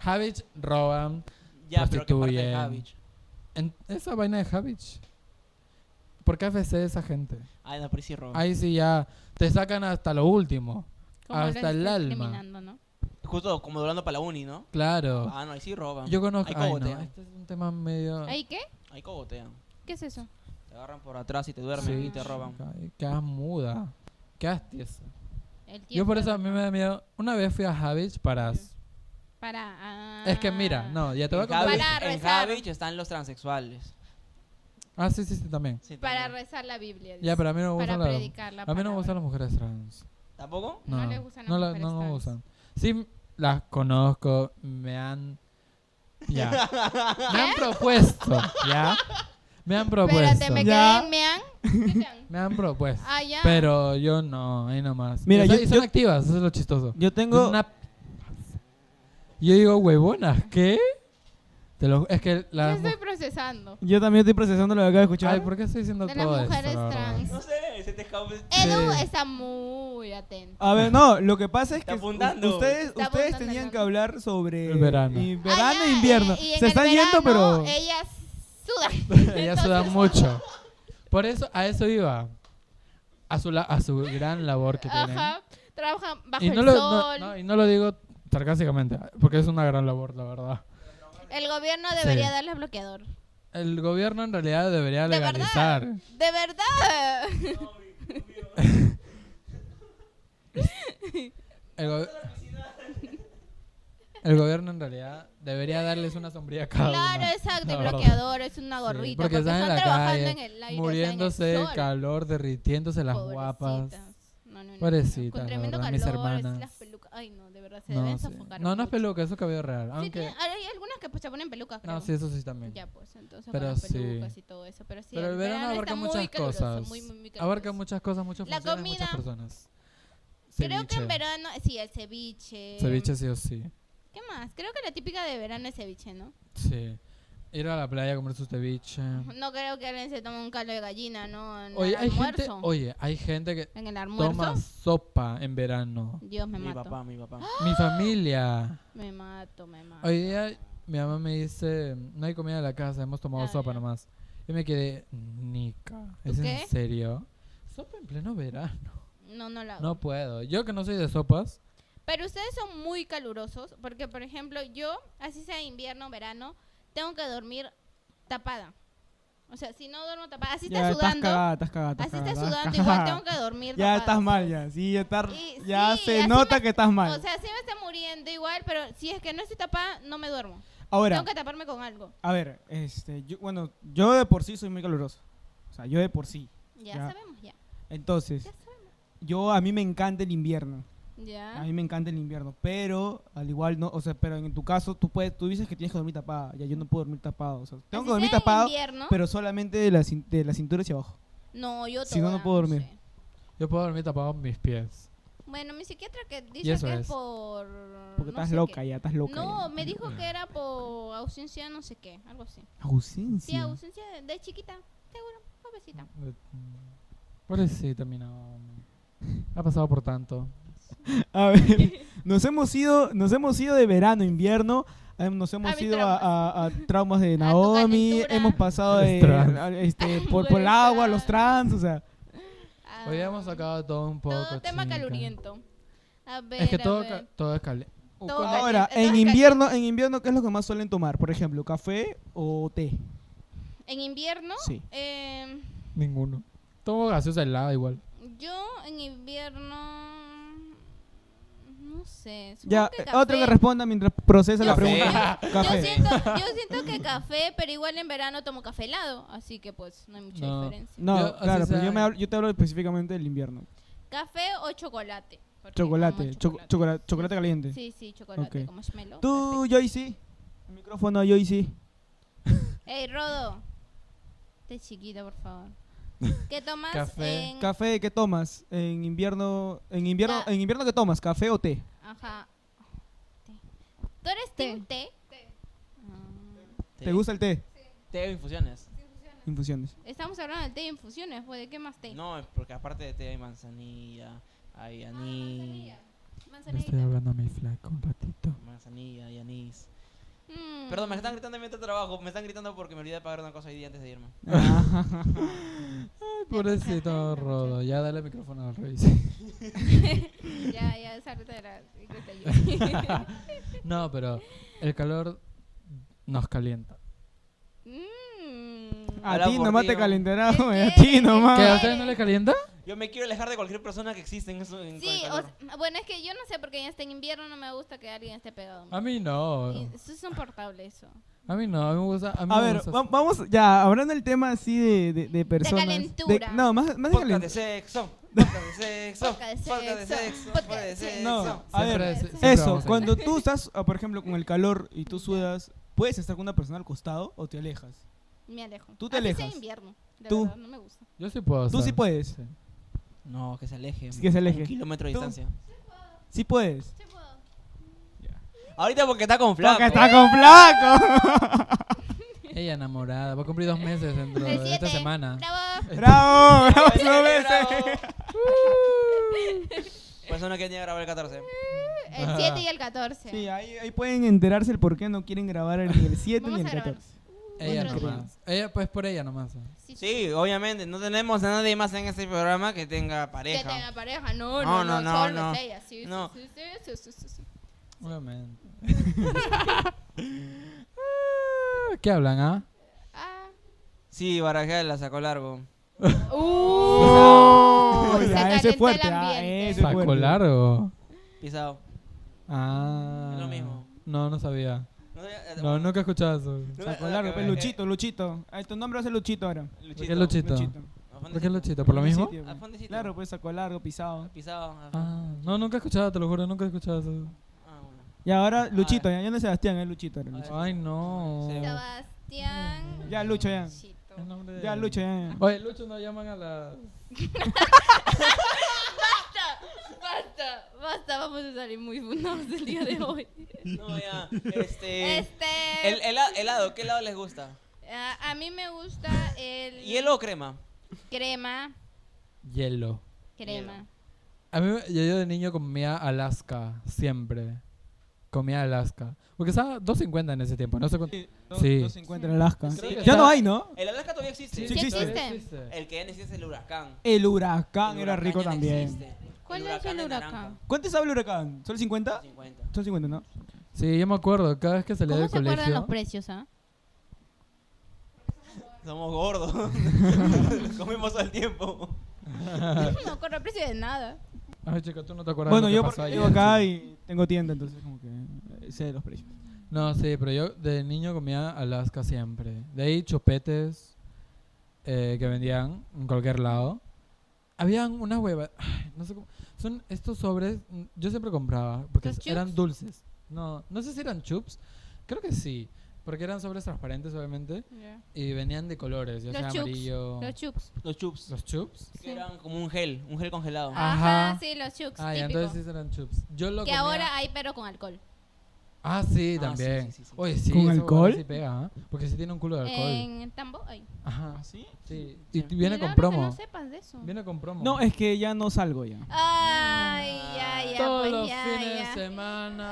S3: Javich roban.
S2: Ya, pero qué parte de
S3: Prostituyen.
S2: Javich.
S3: En esa vaina de Javich. ¿Por qué FC esa gente?
S2: Ay, Ah, no, pero sí robo.
S3: Ahí sí ya te sacan hasta lo último.
S1: Como lo
S3: Hasta el
S1: está
S3: alma.
S1: discriminando, ¿no?
S2: Justo como durando para la uni, ¿no?
S3: Claro.
S2: Ah, no, ahí sí roban.
S3: Oh. Yo conozco.
S2: Ahí
S3: ay, no,
S2: cogotean.
S3: este es un tema medio.
S1: ¿Ay qué?
S2: Ahí cogotean.
S1: ¿Qué es eso?
S2: Te agarran por atrás y te duermen
S1: Sí,
S2: y te roban.
S3: Ay, Quedas muda. Quedas tiesa.
S1: El
S3: Yo
S1: tiempo
S3: por eso
S1: de-
S3: a mí me da miedo. Una vez fui a Javich para.
S1: Para. ah.
S3: Es que mira, no, ya te voy a
S2: En
S3: contar.
S1: Para
S2: Javich, en
S1: rezar.
S2: Javich están los transexuales.
S3: Ah, sí, sí, sí, también.
S2: Sí,
S1: Para
S2: también.
S1: rezar la Biblia. dice.
S3: Ya, pero a mí no me
S1: para
S3: gustan las.
S1: predicar la
S3: A mí no me
S1: palabra.
S3: gustan las mujeres trans.
S2: ¿Tampoco?
S1: No
S3: No,
S1: le gustan las
S3: no, la-
S1: mujeres
S3: no me
S1: trans.
S3: gustan. Sí, m- las conozco, me han.
S1: [laughs]
S3: Ya. me han propuesto, ¿ya? Me han propuesto.
S1: ¿Eh? Espérate, me quedé
S4: Ya.
S1: en Mean. ¿Qué Mean?
S3: Me han propuesto.
S1: [laughs] Ah, ya.
S3: Pero yo no, ahí nomás.
S4: Mira,
S3: Y son-
S4: yo-
S3: y son
S4: yo-
S3: activas, eso es lo chistoso.
S4: Yo
S3: Es
S4: tengo...
S3: una Y yo digo, huevonas, ¿qué? Te lo- es que
S1: Yo
S3: las
S1: estoy procesando.
S4: Yo también estoy procesando lo que acabo de
S3: mu- Ay,
S4: escuchar.
S3: ¿por qué estoy diciendo
S1: De las
S3: todo
S1: mujeres
S3: esto? la verdad?
S1: trans.
S2: No sé, se te escapó.
S1: Edu
S3: Sí.
S1: está muy atento.
S4: A ver, no, lo que pasa es
S2: Está
S4: que u-
S2: apuntando.
S4: ustedes,
S1: Está
S4: ustedes
S1: apuntando,
S4: tenían
S1: está
S4: que hablar sobre
S3: El Ah, verano.
S4: y verano
S1: Allá,
S4: e invierno.
S1: eh, y en
S4: Se
S1: el
S4: están yendo,
S1: verano,
S4: pero
S1: Ellas sudan.
S3: [laughs] Ellas
S1: [laughs]
S3: sudan mucho. Por eso, a eso iba. A su, la- a su gran labor que tienen.
S1: Ajá. Trabajan bajo
S3: Y no,
S1: el
S3: lo, no-
S1: sol.
S3: no, y no lo digo sarcásticamente, porque es una gran labor, la verdad.
S1: El gobierno debería
S3: Sí.
S1: darles bloqueador.
S3: El gobierno en realidad debería
S1: De verdad.
S3: legalizar.
S1: De verdad. [laughs]
S3: El, go- El gobierno en realidad debería darles una sombría a cada
S1: claro,
S3: una.
S1: exacto.
S3: La
S1: Y
S3: verdad.
S1: bloqueador es una
S3: Sí,
S1: gorrita.
S3: porque, están en la
S1: trabajando
S3: calle,
S1: en el aire.
S3: muriéndose
S1: en
S3: de
S1: el sol.
S3: calor, derritiéndose las guapas.
S1: Pobrecitas. No, no, no, no.
S3: Pobrecitas,
S1: Con
S3: la
S1: tremendo
S3: verdad,
S1: calor,
S3: mis
S1: es
S3: hermanas.
S1: las pelucas. Ay, no, de verdad, se
S3: No,
S1: deben
S3: sí.
S1: sofocar.
S3: no, no es
S1: mucho.
S3: peluca, es cabello real.
S1: Sí,
S3: Aunque...
S1: tiene- hay algunas que pues, se ponen pelucas, creo.
S3: No, sí, eso sí también.
S1: Ya, pues, entonces
S3: Pero
S1: con las
S3: sí.
S1: pelucas y todo eso. Pero sí,
S3: Pero el verano,
S1: está
S3: abarca muchas
S1: muy caluroso,
S3: cosas.
S1: muy, muy, muy caluroso.
S3: abarca muchas cosas, muchas
S1: La
S3: funciones, muchas
S1: comida.
S3: personas.
S1: Creo que en verano, sí, el ceviche.
S3: Ceviche sí o sí.
S1: ¿Qué más? Creo que la típica de verano es ceviche, ¿no?
S3: Sí. Ir a la playa a comer su ceviche.
S1: No creo que alguien se tome un caldo de gallina, ¿no? En
S3: Oye,
S1: el
S3: hay
S1: almuerzo.
S3: gente, oye, hay gente que
S1: en el almuerzo. ¡Ah!
S3: toma sopa en verano.
S1: Dios, me
S2: Mi
S1: mato.
S2: papá, mi papá.
S3: Mi familia.
S1: Me mato, me mato.
S3: Hoy día mi mamá me dice, no hay comida en la casa, hemos tomado
S1: Ah,
S3: sopa
S1: ya.
S3: nomás. Yo me quedé, Nica, ¿es
S1: ¿Tú
S3: en
S1: qué?
S3: serio? Sopa en pleno verano.
S1: No, no la hago.
S3: No puedo. Yo que no soy de sopas.
S1: Pero ustedes son muy calurosos porque, por ejemplo, yo, así sea invierno, verano, tengo que dormir tapada. O sea, si no duermo tapada, así
S4: ya
S1: esté
S4: estás
S1: sudando,
S4: cagada, estás cagada. estás
S1: así esté
S4: cagada, estás
S1: sudando, igual
S4: cagada.
S1: tengo que dormir
S4: Ya
S1: tapada.
S4: estás mal, ya. Sí, ya, está-
S1: Y-
S4: ya
S1: sí,
S4: se
S1: así
S4: nota
S1: me-
S4: que estás mal.
S1: O sea, sí me está muriendo igual, pero si es que no estoy tapada, no me duermo.
S4: Ahora,
S1: Tengo que taparme con algo.
S4: a ver, este, yo, bueno, yo de por sí soy muy caluroso. O sea, yo de por sí.
S1: Ya,
S4: Ya.
S1: sabemos, ya.
S4: Entonces,
S1: Ya sabemos.
S4: yo a mí me encanta el invierno. A
S1: Ya.
S4: mí me encanta el invierno, pero al igual no, o sea, pero en tu caso tú puedes, tú dices que tienes que dormir tapada, ya yo no puedo dormir tapado, o sea, tengo
S1: Así
S4: que dormir
S1: sea en
S4: tapado,
S1: invierno,
S4: pero solamente de la, cin- de la cintura hacia abajo.
S1: no, yo
S4: si no, no
S1: toda,
S4: puedo dormir.
S1: sé.
S3: Yo puedo dormir tapado en mis pies.
S1: Bueno, mi psiquiatra que
S3: Y
S1: dice
S3: eso
S1: que es
S3: es.
S1: por...
S4: Porque
S1: no
S4: estás
S1: sé
S4: loca
S1: qué.
S4: ya, estás loca.
S1: No,
S4: ya.
S1: me dijo que
S3: Ah.
S1: era por ausencia no sé qué, algo así. Sí,
S4: [laughs] Ausencia.
S1: ausencia de, de chiquita, seguro, pobrecita.
S3: Pobrecita, mi no. Ha pasado por tanto.
S4: A ver, nos hemos ido, nos hemos ido de verano, invierno, eh, nos hemos
S1: Ah, mis
S4: ido a-
S1: [laughs]
S4: a, a traumas de
S1: tu
S4: Naomi,
S1: calentura.
S4: hemos pasado de,
S3: Los trans.
S1: [laughs]
S4: a- este, por,
S1: Por
S4: por el
S1: el
S4: agua,
S1: trans.
S4: los trans, o sea,
S1: Ah,
S3: Hoy hemos sacado todo un poco.
S1: Todo tema
S3: chica.
S1: caluriento. A ver,
S3: Es que
S1: a
S3: todo,
S1: ver.
S3: ca- uh, todo es caliente.
S1: Todo Con
S4: ahora,
S1: caliente,
S4: en
S1: todas
S4: invierno, en invierno, ¿qué es lo que más suelen tomar? Por ejemplo, café o té.
S1: En invierno,
S4: Sí.
S1: eh,
S3: Ninguno. Todo gaseosa helada igual.
S1: yo en invierno... No sé. supongo
S4: Ya,
S1: que
S4: eh, otro que
S1: café.
S4: responda mientras procesa la
S1: Café.
S4: pregunta.
S3: [laughs]
S1: Yo
S4: [laughs] Café.
S1: siento, yo siento que café, pero igual en verano tomo café helado, así que pues no hay mucha
S3: No.
S1: diferencia.
S4: No,
S3: Yo, así
S4: claro, pero
S3: sea-
S4: yo, me hablo- yo te hablo específicamente del invierno.
S1: Café o chocolate. porque
S4: Chocolate,
S1: amo
S4: cho- chocolate, chocolate, caliente.
S1: Sí, sí, chocolate,
S4: Ok.
S1: como marshmallow.
S4: Tú, Joyce. El micrófono, Joyce.
S1: perfecto. Ey, Rodo. Te chiquita, por
S2: [laughs]
S1: favor. ¿Qué tomas
S3: Café.
S1: en...?
S4: Café, ¿qué tomas? En invierno, en invierno,
S1: Ca-
S4: en invierno ¿qué tomas? ¿Café o té?
S1: Ajá. Té. ¿Tú eres team té? Ah.
S4: ¿Te gusta el té?
S2: Té o infusiones.
S4: Infusiones.
S1: Estamos hablando del té de infusiones, pues, ¿de qué más té?
S2: No, porque aparte de té hay manzanilla, hay anís.
S3: Le
S1: Manzanilla.
S3: estoy hablando a mi flaco un ratito.
S2: Manzanilla y anís.
S1: Mm.
S2: Perdón, me están gritando mientras trabajo. Me están gritando porque me olvidé de pagar una cosa hoy día antes de irme.
S4: Ah,
S3: Ay,
S1: [laughs]
S3: pobrecito Rodo. Ya dale el micrófono al Ruiz.
S1: Ya, ya, salte de la... que te ayude.
S2: [laughs]
S3: no, pero el calor nos calienta.
S1: [laughs] Mm.
S4: a
S2: Habla
S4: ti
S2: por
S4: nomás
S2: ti,
S4: te
S2: ¿no?
S4: calentará,
S1: ¿Qué
S4: güey, a
S1: quieres?
S4: ti nomás.
S3: ¿Qué? ¿A
S1: Ah.
S3: ustedes no les calienta?
S2: Yo me quiero alejar de cualquier persona que existe en eso. En con el
S1: Sí, o
S2: calor.
S1: s- bueno, es que yo no sé porque ya está en invierno, no me gusta que alguien esté pegado. a mí.
S3: A mí no.
S1: Y Eso es insoportable eso.
S3: A mí no. A mí me gusta. A, mí
S4: A
S3: me
S4: ver,
S3: gusta
S4: va- vamos, ya, hablando del tema así de, de, de personas.
S1: calentura.
S4: no, más, más de
S2: Podcast de
S4: calentura.
S2: sexo. Podcast de sexo.
S1: Podcast de
S2: Podcast de
S1: sexo,
S2: sexo.
S1: podcast
S2: Podcast de
S1: de
S2: sexo.
S4: No, a
S3: Siempre
S4: ver,
S3: es- siempre
S4: eso,
S3: vamos a ir.
S4: cuando tú estás, ah, por ejemplo, con el calor y tú sudas, ¿puedes estar con una persona al costado o te alejas?
S1: Me alejo.
S4: Tú te
S1: Así sea
S4: alejas.
S1: invierno. De
S4: Tú.
S1: verdad, no me gusta.
S3: Yo sí puedo.
S4: Tú sí
S3: estar.
S4: puedes.
S3: Sí.
S2: No, que se aleje.
S4: Sí, que se aleje.
S2: Un kilómetro de
S4: Tú.
S2: distancia.
S4: Sí puedes.
S1: Sí puedo.
S2: Ahorita porque está con flaco.
S4: Porque está
S3: [laughs]
S4: con flaco.
S3: Ella enamorada. Va a cumplir dos meses dentro
S1: El
S3: de esta
S1: 7.
S3: semana.
S4: [laughs]
S1: Bravo.
S4: bravo, bravo,
S2: Ay,
S4: no me
S2: bravo.
S4: sé.
S2: Por eso no quería grabar el 14.
S1: El 7 y el 14.
S4: Sí, ahí, ahí pueden enterarse el por qué no quieren grabar el- ni el 7 ni
S1: Vamos
S4: el
S1: a grabar.
S4: 14.
S3: Ella
S1: Otro día.
S3: nomás. Ella, pues por ella nomás. ¿eh?
S1: Sí,
S2: Sí, obviamente. No tenemos a nadie más en este programa que tenga
S1: Que
S2: pareja.
S1: tenga pareja. No, no, no. no, solo es ella. Sí, sí,
S2: No.
S1: sí, sí, sí, sí, sí.
S3: Obviamente. [laughs] Ah, ¿Qué hablan, ah?
S1: Ah.
S2: Sí, Barajal la sacó largo.
S4: Uh.
S1: Uh.
S4: Oh,
S1: Se
S4: ya,
S1: calentó
S4: ese
S1: el
S4: es fuerte. Ah,
S1: ambiente.
S4: ese es
S3: ¿Saco
S4: fuerte.
S3: largo?
S2: Pisado.
S3: Ah.
S2: Es lo mismo.
S3: No, no sabía.
S2: No, eh,
S3: No, nunca he escuchado eso.
S2: no,
S4: Saco
S2: eh,
S4: largo,
S2: que-
S4: pues,
S2: eh,
S4: Luchito, Luchito. Ah, tu nombre va a ser Luchito ahora.
S2: Luchito.
S3: ¿Por qué Luchito?
S2: Afán de
S3: ¿Por qué
S2: sitio.
S3: Luchito? ¿Por lo
S4: Nombre de
S3: mismo?
S4: sitio, pues.
S2: Afán de sitio.
S4: Claro, pues saco largo, pisado.
S2: Pisado. ajá.
S3: Ah, no, nunca he escuchado, te lo juro, nunca he escuchado eso.
S2: Ah, bueno.
S4: Y ahora Luchito,
S2: Ah.
S4: ya, ya no es Sebastián, es Luchito. ahora, Luchito.
S3: Ay, no.
S2: Sí.
S1: Sebastián.
S4: Ya, Lucho, ya.
S1: Chito.
S3: El nombre de-
S4: Ya, Lucho, ya. ya.
S3: Oye, Lucho nos llaman a las...
S1: Basta, basta, basta. Vamos a salir muy fundados el día de hoy. [laughs]
S2: No, ya. Este.
S1: Este.
S2: El hela- helado, ¿qué helado les gusta?
S1: a, a mí me gusta el.
S2: ¿Hielo o crema?
S1: Crema.
S3: Hielo.
S1: Crema.
S3: A mí, yo, yo de niño comía Alaska, siempre. Comía Alaska. Porque estaba 2.50 en ese tiempo, no sé cuánto.
S4: Dos-
S3: Sí.
S4: 250 en Alaska.
S2: Creo que
S4: Ya
S2: está-
S4: no hay, ¿no?
S2: El Alaska todavía existe.
S1: Sí, existe.
S3: todavía
S2: El que ya no existe es el huracán.
S4: El huracán
S2: El
S4: era
S2: huracán
S4: rico
S2: ya no
S4: también.
S2: existe.
S1: ¿Cuál es el
S2: de
S1: huracán?
S2: naranja,
S4: ¿Cuánto sabe el huracán? ¿Solo 50?
S2: 50.
S4: Son 50, ¿no?
S3: Sí, yo me acuerdo, cada vez que salía
S1: ¿Cómo
S3: del
S1: se acuerdan los
S3: colegio...
S1: precios, ah?
S2: Somos
S4: [laughs]
S2: gordos. [laughs] Comemos al tiempo.
S1: No me acuerdo el precio de nada.
S3: [laughs] Ay, chica, tú no te acuerdas
S4: Bueno,
S3: de lo
S4: yo
S3: que pasó
S4: porque
S3: ayer.
S4: vivo acá y tengo tienda, entonces como que eh, sé los precios.
S3: No, sí, pero yo de niño comía Alaska siempre. De ahí chupetes eh, que vendían en cualquier lado. Habían unas huevas, ay, no sé cómo. Son estos sobres, mm, yo siempre compraba porque
S1: ¿Los
S3: eran
S1: chups?
S3: dulces. No, no sé si eran chups, creo que sí, porque eran sobres transparentes obviamente y venían de colores, ya
S1: Los
S3: sea
S1: chups,
S3: amarillo.
S1: Los chups.
S2: Los chups.
S3: ¿Los chups?
S1: Sí. Ah,
S2: Que eran como un gel, un gel congelado.
S1: Ajá,
S3: Ajá.
S1: sí, los chups.
S3: Ah, ya,
S1: típico.
S3: entonces sí eran chups. Yo lo
S1: que
S3: comía-
S1: ahora hay, pero con alcohol.
S3: Ah, sí,
S2: Ah, sí,
S3: también.
S2: sí, sí, sí.
S3: Oye, sí,
S4: ¿Con
S3: esa huevada
S4: alcohol?
S3: sí pega, ¿ah? Porque sí tiene un culo de alcohol.
S1: En el tambo. Ay.
S3: Ajá.
S4: sí?
S3: ¿Ah, Sí.
S2: Sí.
S3: Y t- viene
S1: Milagro
S3: con
S1: que
S3: promo.
S1: No sepas de eso.
S3: Viene con promo.
S4: No, es que ya no salgo ya.
S1: Ay, ya, ya.
S3: Ah, Todos
S1: pues,
S3: los
S1: ya,
S3: fines
S1: ya.
S3: de semana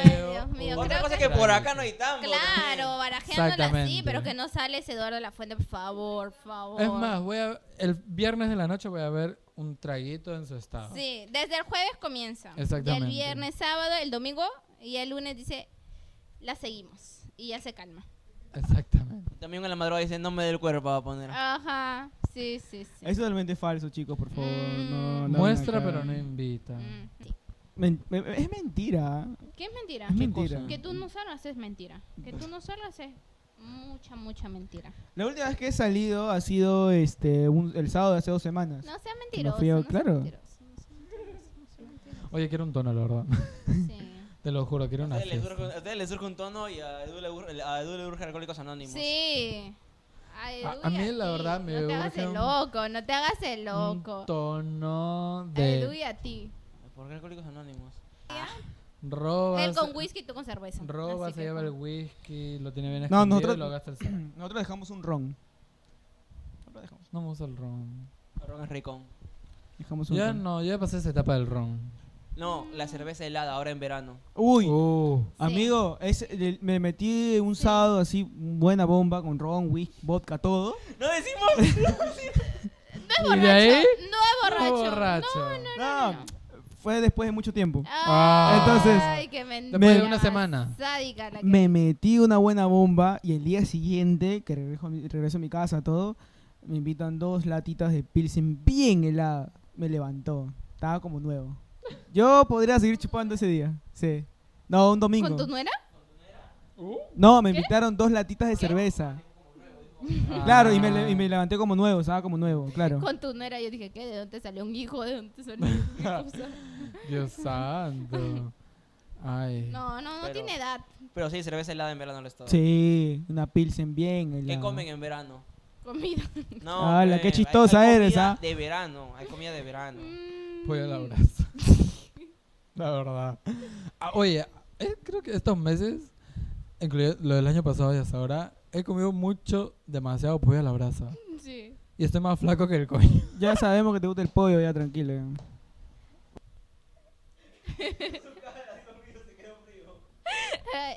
S1: Ay,
S3: veo.
S1: Dios mío,
S2: Otra
S1: creo
S2: cosa
S1: que-
S2: que por acá no hay tambo.
S1: Claro, barajeándola así,
S3: Exactamente.
S1: pero que no sales Eduardo La Fuente, por favor, por favor.
S3: Es más, voy a, el viernes de la noche voy a ver un traguito en su estado.
S1: Sí, desde el jueves comienza.
S3: Exactamente.
S1: Y el viernes, sábado, el domingo y el lunes dice, la seguimos. Y ya se calma.
S3: Exactamente.
S2: También en la madrugada dicen nombre del cuerpo va a poner.
S1: Ah. Ajá, sí, sí, sí.
S4: Es totalmente falso, chicos, por favor.
S1: Mm.
S4: No, no,
S3: Muestra
S4: acá.
S3: pero no invita.
S1: Mm, sí.
S4: Men- me- me- es mentira.
S1: ¿Qué es mentira?
S4: Es mentira.
S2: cosa?
S1: Que tú no solo haces mentira. Que tú no solo haces mucha, mucha mentira.
S4: La última vez que he salido ha sido este un- el sábado de hace dos semanas.
S1: No sea mentiroso.
S4: fui yo,
S1: no sea
S4: claro.
S1: mentiroso, no sea mentiroso, no sea mentiroso.
S3: Oye, quiero un tono, la verdad. [laughs]
S1: Sí.
S3: Te lo juro, quiero
S2: A
S3: una
S2: ustedes les surge-
S3: fiesta.
S2: a ustedes les surge un tono y a Edu le, ur- a Edu le urge Alcohólicos Anónimos.
S1: Sí. Ay,
S3: A- a
S1: Duy,
S3: mí la
S1: ti.
S3: verdad me
S1: No te hagas
S3: urge
S1: el
S3: un-
S1: loco, no te hagas el
S3: Un
S1: loco.
S3: tono de
S1: Aleluya a ti.
S2: ¿Por qué Alcohólicos Anónimos?
S3: roba.
S1: Él con
S3: se-
S1: whisky, tú con cerveza.
S3: Roba,
S1: Así
S3: se
S1: que
S3: lleva el
S1: con-
S3: whisky, lo tiene bien
S4: No,
S3: escondido
S4: nosotros-
S3: y lo gasta el sal.
S4: Nosotros dejamos un ron. Nosotros dejamos-
S3: No me gusta el ron.
S2: Ron es ricón.
S4: Dejamos un
S3: Ya
S4: ron.
S3: no, ya pasé esa etapa del ron.
S2: No,
S1: Mm.
S2: la cerveza helada ahora
S1: [laughs]
S2: en verano.
S4: Uy,
S3: Uh.
S4: amigo, es- el- me metí un sábado así, buena bomba con ron, whisky, vodka, todo.
S2: ¡No decimos!
S1: No es
S3: ¿Y de
S1: borracho.
S3: ahí?
S1: No es borracho.
S3: borracho.
S1: No, Ah, no,
S4: No, fue después de mucho tiempo.
S1: Ay,
S4: Entonces,
S1: ay, qué mentira.
S3: Ah. después de una semana.
S1: Sádica la que-
S4: Me metí una buena bomba y el día siguiente, que regreso a mi, regreso a mi casa, todo, me invitan dos latitas de Pilsen bien helada. Me levantó. Estaba como nuevo. Yo podría seguir chupando ese día. Sí. No, un
S1: ¿Con tu
S4: domingo.
S1: nuera?
S4: No, me invitaron dos latitas de cerveza. Claro, y me, le- y me levanté como nuevo, estaba como nuevo, claro.
S1: Ah. Con tu nuera. Yo dije, ¿qué? ¿De dónde salió un hijo? ¿De dónde salió un
S3: [laughs]
S1: hijo?
S3: Ah, Dios santo. Ay.
S1: No, no, no
S2: Pero-
S1: tiene edad.
S2: [laughs] Pero sí, cerveza helada en verano lo es todo.
S4: Sí, una Pilsen bien
S2: ¿Qué
S4: helada.
S2: comen en
S4: [laughs]
S2: verano?
S1: Comida.
S2: No,
S4: Ala,
S2: pues,
S4: qué
S2: hay-
S4: chistosa
S2: hay
S4: eres,
S2: comida
S4: ¿ah?
S2: De verano, hay comida de verano.
S1: Mm.
S4: [laughs]
S3: Pollo a la brasa. la verdad. Ah, oye, es que creo que estos meses, incluido lo del año pasado y hasta ahora, he comido mucho, demasiado pollo a la brasa.
S1: Sí. [laughs]
S3: Y estoy más flaco que el
S4: [laughs]
S3: coño.
S4: Ya sabemos que te gusta el pollo, ya tranquilo. ya.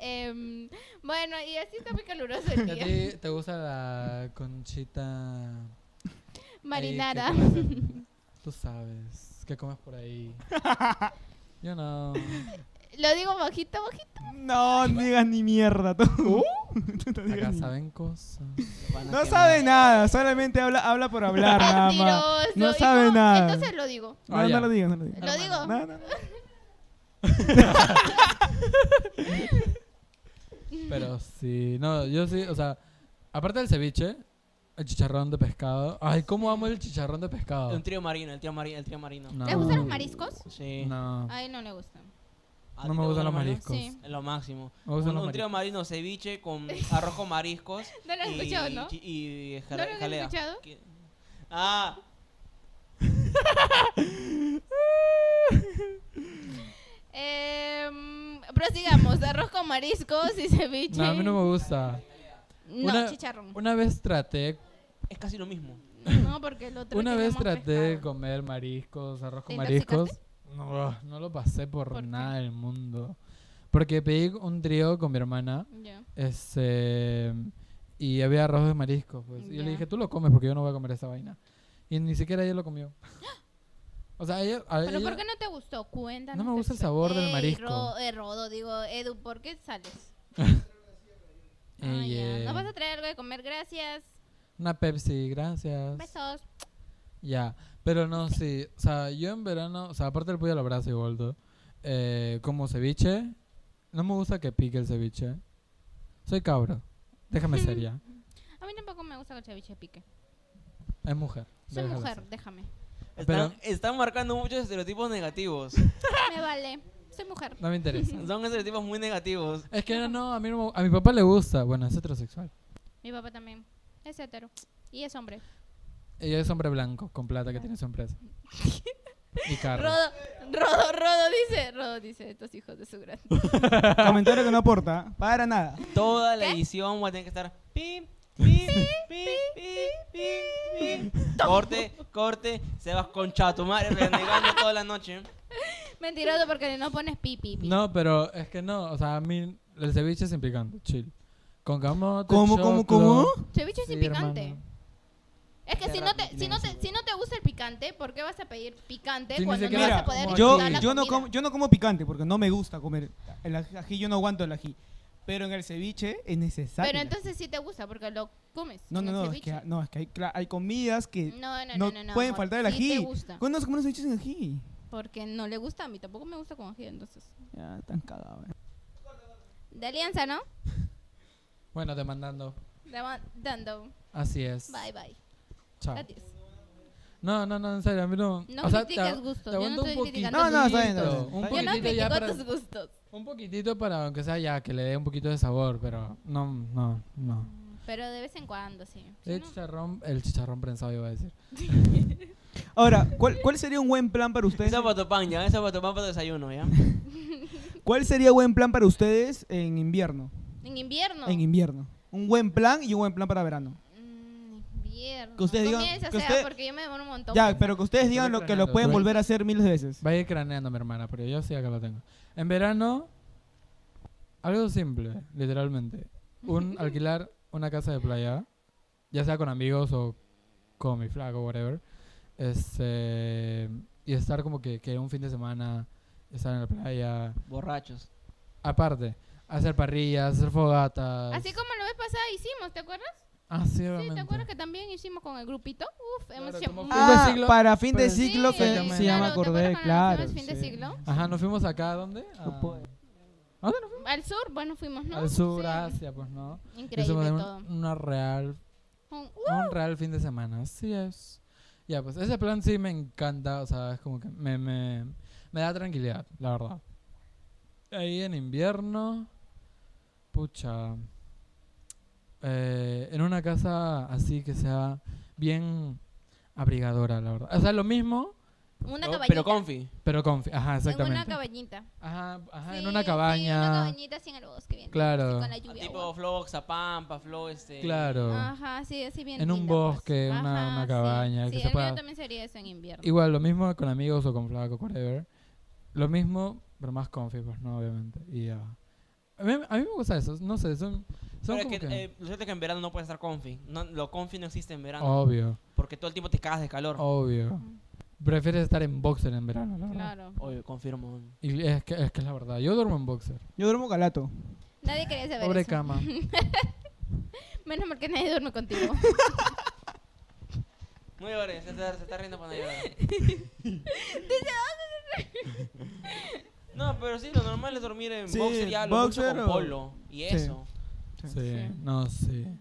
S1: Em, bueno, y así está muy caluroso el
S3: ¿Y a
S1: día.
S3: ti te gusta la conchita
S1: Marinara.
S3: ahí que te hacen? Tú sabes, ¿qué comes por
S4: [laughs]
S3: ahí? Yo no.
S1: [laughs] Lo digo bajito, bajito.
S4: No, no digas ni mierda tú. Tú no digas
S3: Acá
S4: ni-
S3: saben cosas.
S4: No sabe nada, solamente habla, habla por
S1: [laughs]
S4: hablar nada más.
S1: Mentiroso.
S4: No
S1: ¿Y
S4: sabe
S1: cómo?
S4: nada.
S1: Entonces lo digo.
S4: No,
S3: Ah,
S4: no
S3: ya.
S4: lo digas, no lo digas.
S1: Lo digo.
S4: No, no, no.
S3: Pero sí, no, yo sí, o sea, aparte del ceviche, el chicharrón de pescado. Ay, ¿cómo amo el chicharrón de pescado?
S2: Un trío marino, el trío marino, el trío marino.
S3: No.
S1: ¿Le gustan los mariscos?
S2: Sí.
S3: No,
S1: A él no le gustan.
S2: ¿A ti
S3: no
S2: te
S3: me gustan los
S2: mariscos?
S3: mariscos.
S1: Sí.
S2: Es lo máximo.
S3: Me gustan
S2: un,
S3: los
S2: un trío marino ceviche
S3: [laughs]
S2: con arroz con mariscos.
S1: [laughs] No lo has
S2: y-
S1: escuchado, ¿no?
S2: Y, y
S1: ¿No
S2: jala-
S1: lo has
S2: jalea.
S1: escuchado?
S2: ¿Qué? Ah,
S1: Em, prosigamos. Arroz con mariscos y ceviche.
S3: No, a mí no me gusta.
S1: No,
S3: Una-
S1: chicharrón.
S3: Una vez traté,
S2: es casi lo mismo.
S1: No, porque el otro
S3: una
S1: tiene
S3: vez
S1: más
S3: traté de
S1: pescado.
S3: comer mariscos, arroz con
S1: ¿Te
S3: mariscos. No, no lo pasé por,
S1: ¿Por qué?
S3: nada del mundo. Porque pedí un trío con mi hermana
S1: Ya.
S3: este, y había arroz de mariscos. pues. Y yo
S1: Ya.
S3: le dije, tú lo comes porque yo no voy a comer esa vaina. Y ni siquiera ella lo comió. [gasps] O sea, ella... a
S1: ¿Pero
S3: ella-
S1: por qué no te gustó? Cuéntanos.
S3: No me
S1: tu
S3: gusta el
S1: exper-
S3: sabor del
S1: Ey,
S3: marisco.
S1: Ro- eh, Rodo, digo, Edu, ¿por qué sales? Ah,
S3: Ey,
S1: ya.
S3: eh,
S1: ¿No vas a traer algo de comer? Gracias.
S3: Una Pepsi, gracias.
S1: Besos.
S3: Ya, pero no, sí. O sea, yo en verano, o sea, aparte del pollo al abrazo y boldo, eh, como ceviche, no me gusta que pique el ceviche. Soy cabro. Déjame ser
S1: [laughs]
S3: ya.
S1: A mí tampoco me gusta el ceviche de pique.
S3: Es mujer.
S1: Soy
S3: déjala
S1: mujer,
S3: ser.
S1: déjame.
S2: Están,
S3: Pero-
S2: están marcando muchos estereotipos
S1: [laughs]
S2: negativos.
S1: Me vale. Soy mujer.
S3: No
S1: [laughs]
S3: me interesa.
S2: Son estereotipos muy negativos.
S3: es que no, no, a mí no me- a mi papá le gusta. Bueno, es heterosexual.
S1: Mi papá también. Es hetero. Y es hombre.
S3: Ella es hombre blanco, con plata que tiene
S1: [laughs]
S3: su empresa. Y carro.
S1: Rodo, Rodo, Rodo dice. Rodo dice, estos hijos de su
S3: [laughs]
S1: gran.
S4: Comentario que no aporta, para nada.
S2: Toda la edición va a tener que estar. Pim, pim, pim, pim, pim, pim. Corte, corte. Se vas con chatumare renegando toda la noche.
S1: Mentiroso porque no pones pipi. Pi.
S3: No, pero es que no, o sea, a mí el ceviche es sin picante, chill. Con camote,
S4: ¿Cómo, cómo, cómo?
S3: choclo.
S1: Ceviche
S3: Sí,
S1: sin picante.
S3: hermano.
S1: Es que
S2: Qué
S1: si no, te,
S2: rápido
S1: si, no te,
S2: tiene
S1: si no te gusta el picante, ¿por qué vas a pedir picante
S3: Sí, ni
S1: cuando no vas
S3: siquiera
S1: a
S4: Mira,
S1: poder
S3: como
S4: yo,
S1: disfrutar la
S4: yo, no
S1: comida?
S4: como, yo no como picante porque no me gusta comer el aj- ají, yo no aguanto el ají. Pero en el ceviche es necesario.
S1: Pero
S4: el ají.
S1: entonces sí te gusta porque lo comes.
S4: No,
S1: en
S4: no,
S1: el
S4: no, es
S1: ceviche.
S4: que, no, es que hay, cla- hay comidas que
S1: No, no,
S4: no,
S1: no, no, no,
S4: pueden
S1: amor,
S4: faltar el
S1: sí te
S4: ají.
S1: gusta.
S4: ¿Cuándo vas a comer ceviche sin ají?
S1: Porque no le gusta a mí, tampoco me gusta con ají, entonces.
S4: Ya, tan cagado. eh.
S1: De alianza, ¿no?
S3: Bueno, demandando.
S1: Te va Dando.
S3: Así es.
S1: Bye, bye.
S4: Ah.
S3: Chao.
S1: Gratis.
S3: No, no, no, en serio, a mí no.
S1: No
S3: te-
S1: critiques gustos, yo
S3: Te
S1: no
S3: aguanto
S1: estoy
S3: un poquito.
S1: criticando No,
S4: no, está bien, está bien,
S3: Un
S4: está
S1: Yo
S4: bien.
S1: no
S3: poquitito
S1: critico
S3: ya para.
S1: tus gustos.
S3: Un poquitito para, aunque sea ya, que le dé un poquito de sabor, pero no, no, no.
S1: Pero de vez en cuando, sí. Si
S3: El
S1: no-
S3: chicharrón, el chicharrón prensado iba a decir.
S4: Ahora, ¿cuál, cuál sería un buen plan para ustedes?
S2: Esa patopán ya, esa patopán para desayuno, ¿ya?
S4: ¿Cuál sería buen plan para ustedes en invierno?
S1: En invierno.
S4: En invierno. Un buen plan y un buen plan para verano.
S1: Mm, invierno.
S4: Que ustedes digan-
S1: Comienza,
S4: que
S1: o sea,
S4: usted-
S1: porque yo me demoro un montón.
S4: Ya, pero que ustedes digan lo que lo
S3: planeando,
S4: pueden
S3: estoy-
S4: volver a hacer miles de veces.
S3: Va a ir craneando mi hermana, pero yo sí acá lo tengo. En verano, algo simple, literalmente.
S1: [laughs]
S3: Un alquilar una casa de playa, ya sea con amigos o con mi flaco, whatever. Este, y estar como que, que un fin de semana, estar en la playa.
S2: Borrachos.
S3: Aparte, hacer parrillas, hacer fogatas.
S1: Así como la vez pasada hicimos, ¿te acuerdas?
S3: Ah, sí,
S1: Sí, ¿te
S3: obviamente.
S1: acuerdas que también hicimos con el grupito? Uf, hemos
S3: Claro,
S1: hecho
S3: como
S1: mucho-
S3: fin de
S4: Ah,
S3: siglo,
S4: para fin de
S3: pero-
S4: ciclo
S1: Sí,
S4: que
S3: Exactamente.
S4: se llama
S1: claro, ¿te
S4: acordé,
S1: acuerdas cuando
S4: claro.
S1: hicimos fin de
S4: sí. Ah,
S1: siglo?
S3: Ajá, nos fuimos acá, ¿a ¿dónde? A- ¿A dónde nos fuimos?
S1: Al sur, bueno, fuimos, ¿no?
S3: Al sur,
S1: Sí.
S3: Asia, pues no. Y
S1: Increíble
S3: hicimos un-
S1: todo.
S3: una real
S1: Un- uh,
S3: un real fin de semana, así es. Ya, pues ese plan sí me encanta, o sea, es como que me, me, me da tranquilidad, la verdad. Ahí en invierno, pucha, eh, en una casa así que sea bien abrigadora, la verdad. O sea, lo mismo
S1: Una
S2: Oh,
S1: cabañita.
S2: pero confi.
S3: Pero confi, ajá,
S1: en una
S3: exactamente.
S1: cabañita.
S3: Ajá, ajá,
S1: Sí,
S3: en una
S1: sí, una
S3: cabaña.
S1: cabañita así en el bosque. Bien
S3: Claro.
S1: así con la lluvia.
S2: Tipo
S1: guau.
S2: flow Oxapampa, flow este.
S3: claro.
S1: Ajá, sí, así bien.
S3: En un
S1: linda, pues.
S3: bosque, una-
S1: Ajá,
S3: una
S1: sí.
S3: cabaña,
S1: Sí,
S3: que
S1: el
S3: se
S1: mío
S3: pueda-
S1: también sería eso en invierno.
S3: Igual, lo mismo con amigos o con flacos, whatever. Lo mismo, pero más confi, pues no, obviamente. Y ya. A mí, a mí me gusta eso, no sé, son, son
S2: Pero es
S3: como
S2: que,
S3: que-
S2: eh, lo cierto es que en verano no puedes estar confi. No, lo confi no existe en
S3: Oh.
S2: verano.
S3: obvio,
S2: Porque todo el tiempo te cagas de calor.
S3: Oh. obvio.
S1: Ujú.
S3: Prefieres estar en boxer en verano, la verdad.
S1: Claro.
S2: Oye, confirmo.
S3: Y es que, es que es la verdad, yo duermo en boxer.
S4: Yo duermo calato.
S1: Nadie quería saber
S3: Pobre
S1: eso. [laughs]
S3: cama.
S1: Menos mal que nadie duerme contigo. [laughs]
S2: No llores, se está, se está riendo cuando llora. [laughs] No, pero sí, lo normal es dormir en
S4: Sí,
S2: boxer ya, lo mucho
S4: boxer
S2: con
S4: o-
S2: polo. Y
S4: Sí.
S2: eso.
S3: sí,
S1: Sí.
S3: no sé.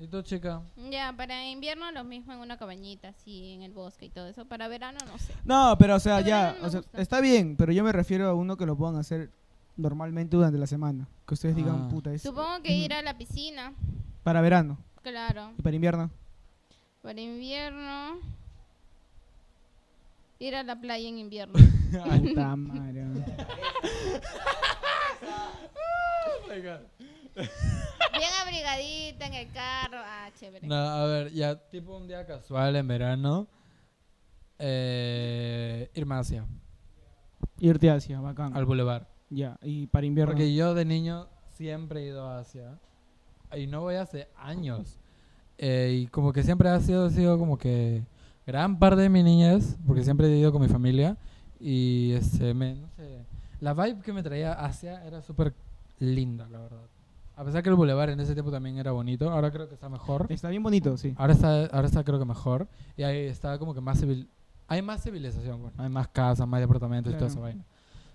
S3: ¿Y tú, chica?
S1: ya, para invierno lo mismo en una cabañita, así en el bosque y todo eso. Para verano no sé.
S4: No, pero o sea,
S1: De
S4: ya,
S1: verano no
S4: o
S1: me
S4: sea,
S1: gusta.
S4: está bien, pero yo me refiero a uno que lo puedan hacer normalmente durante la semana. Que ustedes
S3: Ah.
S4: digan, puta, es
S1: Supongo que ir a la piscina,
S4: para verano
S1: claro.
S4: y para invierno.
S1: Para invierno. Ir a la playa en
S4: [laughs]
S1: invierno.
S4: [laughs] Ay, está madre.
S1: Bien abrigadita en el carro. Ah, chévere.
S3: No, a ver, ya tipo un día casual en verano. Eh, irme hacia,
S4: Irte a Asia, bacán.
S3: al bulevar.
S4: Ya, y para invierno.
S3: Porque yo de niño siempre he ido a Asia. Y no voy hace años. Eh, y como que siempre ha sido, ha sido como que gran parte de mi niñez, porque siempre he ido con mi familia. Y este, me- no sé, la vibe que me traía Asia era súper linda, la verdad. A pesar que el bulevar en ese tiempo también era bonito, ahora creo que está mejor.
S4: Está bien bonito, sí.
S3: Ahora está, ahora está creo que mejor. Y ahí está como que más civil... Hay más civilización, pues, ¿no? Hay más casas, más departamentos y toda esa
S4: Claro.
S3: vaina.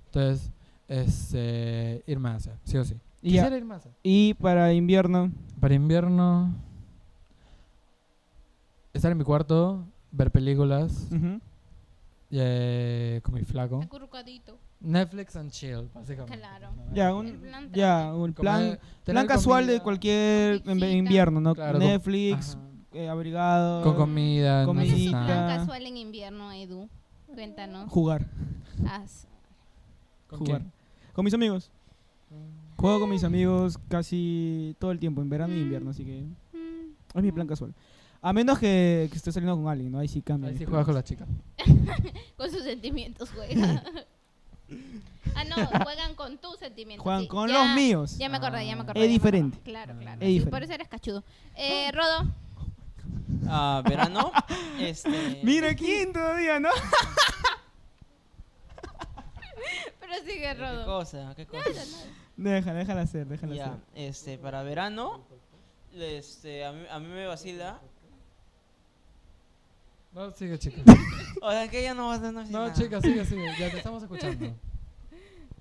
S3: Entonces, es eh, ir más hacia, sí o sí.
S4: Y, ya.
S3: Quisiera ir más hacia.
S4: y para invierno.
S3: Para invierno... Estar en mi cuarto, ver películas
S4: ujú.
S3: eh, con mi flaco.
S1: Acurrucadito.
S3: Netflix and chill, básicamente.
S1: Claro.
S3: ¿no?
S4: Ya,
S1: El
S4: un,
S1: plan
S4: ya, un
S3: Comer-
S4: plan,
S3: tener
S4: plan casual de
S3: comida,
S4: cualquier en-
S1: Piscita.
S4: invierno, ¿no?
S3: Claro, con-
S4: Netflix,
S3: ajá,
S4: eh, abrigado,
S3: Con comida, no
S1: ¿Cuál es su
S3: sé
S4: Comidita.
S1: plan
S3: nada.
S1: casual en invierno, Edu? Cuéntanos.
S4: jugar,
S1: Haz-
S3: ¿Con
S4: jugar.
S3: quién? Mm.
S4: Con mis amigos. Juego con mis amigos casi todo el tiempo, en verano y invierno, así que
S1: Mm.
S4: es mi plan casual. A menos que, que esté saliendo con alguien, ¿no? Ahí sí cambia.
S3: Ahí
S4: mis
S3: sí juegas
S4: planes.
S3: con la chica.
S1: Con sus sentimientos
S4: [laughs]
S1: juega. [laughs] ah, no, juegan con tus sentimientos.
S4: Juegan
S1: sí.
S4: con
S1: Ya-
S4: los míos.
S1: Ya me acordé, ya me acordé. ya me
S3: Ah.
S4: Es
S1: acordé.
S4: diferente.
S1: Claro, claro.
S4: Es
S1: sí,
S4: diferente.
S1: por eso eres cachudo.
S4: [laughs]
S1: Eh, Rodo, [laughs]
S2: Ah, verano. este.
S4: Mira quién todavía, ¿no? [laughs]
S1: pero sigue
S2: ¿Qué
S1: Rodo.
S2: cosa? ¿Qué cosa?
S4: Déjala, déjala hacer, déjala
S2: Ya,
S4: hacer.
S2: este, para verano. Este, a mí, a mí me vacila.
S3: No, sigue, chica.
S2: O sea, que ya no vas a no,
S3: No, chica, sigue, sigue. Ya te estamos escuchando.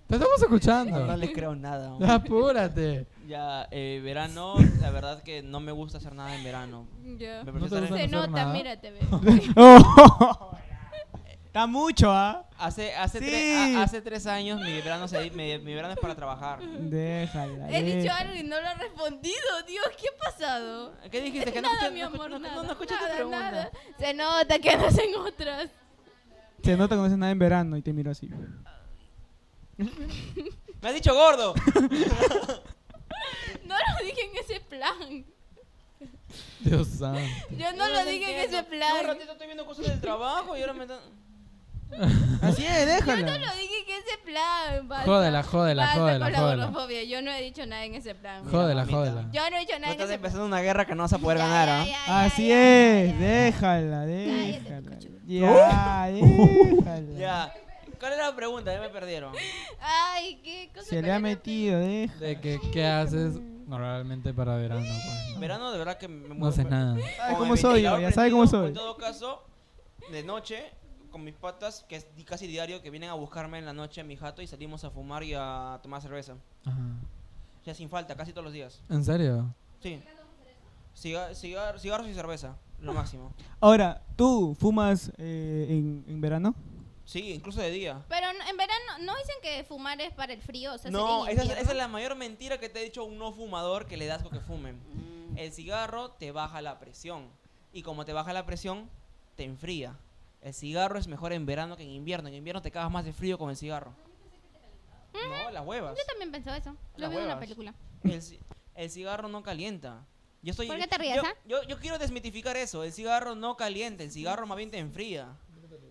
S3: Te estamos escuchando.
S2: No les creo
S1: [laughs]
S2: nada. hombre.
S3: Apúrate.
S2: Ya, eh, verano, la verdad que no me gusta hacer nada en verano.
S1: Ya.
S2: Me
S3: No te
S2: prefiero estar
S3: gusta
S1: Se
S2: en-
S3: hacer
S1: nota,
S3: nada.
S1: mírate. ve.
S4: [laughs] Está mucho, ¿ah?
S2: Hace, hace,
S4: Sí.
S2: tres, a- hace tres años mi verano, se, mi, mi verano es para trabajar.
S4: Déjala.
S1: He dicho
S4: déjala.
S1: algo y no lo ha respondido. Dios, ¿qué ha pasado?
S2: ¿Qué dijiste? Que no
S1: Nada,
S2: escuché-
S1: mi
S2: no
S1: amor,
S2: escuché- no-
S1: nada.
S2: no escuché tu
S1: nada,
S2: pregunta.
S1: nada. Se nota que andas en otras.
S4: Se nota que no haces nada en verano y te miro así.
S2: Me has dicho gordo.
S1: No lo dije en ese plan.
S3: Dios santo.
S1: Yo no, lo
S2: te
S1: dije en
S2: entiendo.
S1: ese
S2: Yo
S1: plan.
S2: Un ratito estoy viendo cosas del trabajo y ahora me están...
S4: [laughs] Así es, déjala.
S1: Yo no lo dije que ese plan. basta.
S3: Jódela, jódela,
S1: Basta
S3: jódela,
S1: con la
S3: jódela.
S1: gordofobia. Yo no he dicho nada en ese plan.
S3: Jódela,
S2: Mira, mamita.
S3: jódela.
S1: Yo no he dicho
S2: Tú
S1: nada en
S2: estás
S1: ese plan.
S2: empezando una guerra que no vas a poder
S1: Ya,
S2: ganar,
S1: ya,
S2: ¿ah?
S1: ya, ya,
S4: Así
S1: ya,
S4: es, ¿eh?
S1: ya, ya.
S4: déjala,
S1: Cállate,
S4: déjala.
S1: cochuda.
S4: Ya, ¿Oh? déjala.
S2: Ya. ¿Cuál era la pregunta? Ya me perdieron.
S1: Ay, qué cosa.
S4: Se le ha metido, déjala.
S3: De que, ¿qué haces normalmente para verano? pues, no?
S2: Verano de verdad que me
S3: No haces nada.
S4: Sabe
S2: Con
S4: cómo
S2: el
S4: soy yo,
S2: ventilador
S4: ya sabe cómo
S2: prendido, o
S4: soy.
S2: En todo caso, de noche, con mis patas, que es di- casi diario, que vienen a buscarme en la noche a mi jato y salimos a fumar y a tomar cerveza.
S3: Ajá.
S2: Ya sin falta, casi todos los días.
S3: ¿En serio?
S2: Sí. Ciga- cigar- cigarros y cerveza, lo máximo.
S4: Ahora, ¿tú fumas eh, en, en verano?
S2: Sí, incluso de día.
S1: Pero no- en verano, ¿no dicen que fumar es para el frío? O sea,
S2: No,
S1: sería
S2: esa es,
S1: invierno.
S2: esa es la mayor mentira que te ha dicho un no fumador que le das con que fumen. El cigarro te baja la presión. Y como te baja la presión, te enfría. El cigarro es mejor en verano que en invierno. En invierno te cagas más de frío con el cigarro. No, las huevas.
S1: ¿Eh? Yo también pensaba eso. Lo
S2: Las
S1: vi en una
S2: huevas.
S1: película.
S2: El, ci- el cigarro no calienta. Yo estoy,
S1: ¿Por qué te ríes,
S2: yo,
S1: ah?
S2: yo, yo quiero desmitificar eso. El cigarro no calienta, el cigarro más bien te enfría.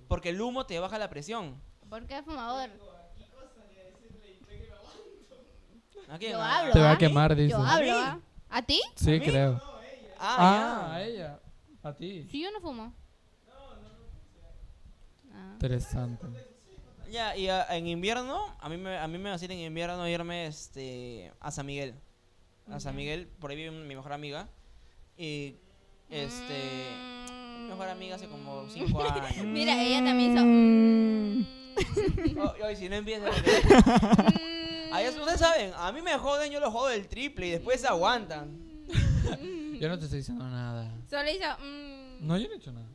S2: Porque el humo te baja la presión.
S1: ¿Por qué fumador?
S2: ¿A quién?
S1: Yo
S2: ¿A-
S1: hablo.
S3: Te va
S1: ¿ah?
S3: a quemar, dice.
S1: Yo hablo,
S2: ¿A mí?
S1: ¿ah? ¿A ti?
S3: Sí,
S2: ¿A mí?
S3: creo.
S2: Ah,
S3: Ah,
S2: ya.
S3: a ella. A ti.
S1: Sí, yo no fumo. Ah.
S3: Interesante.
S2: Ya, y ah, en invierno, a mí me, a mí me vacila en invierno irme este, a San Miguel. A San Miguel, por ahí vive mi mejor amiga. Y este. Mi mejor amiga hace como 5 años.
S1: Mm. Mira, ella también hizo.
S3: Mm.
S2: Oh, y hoy si no empieza. Ahí es- ustedes saben, a mí me joden, yo lo jodo el triple y después se aguantan.
S3: Yo no te estoy diciendo nada.
S1: Solo hizo. mm.
S3: No, yo no he hecho nada.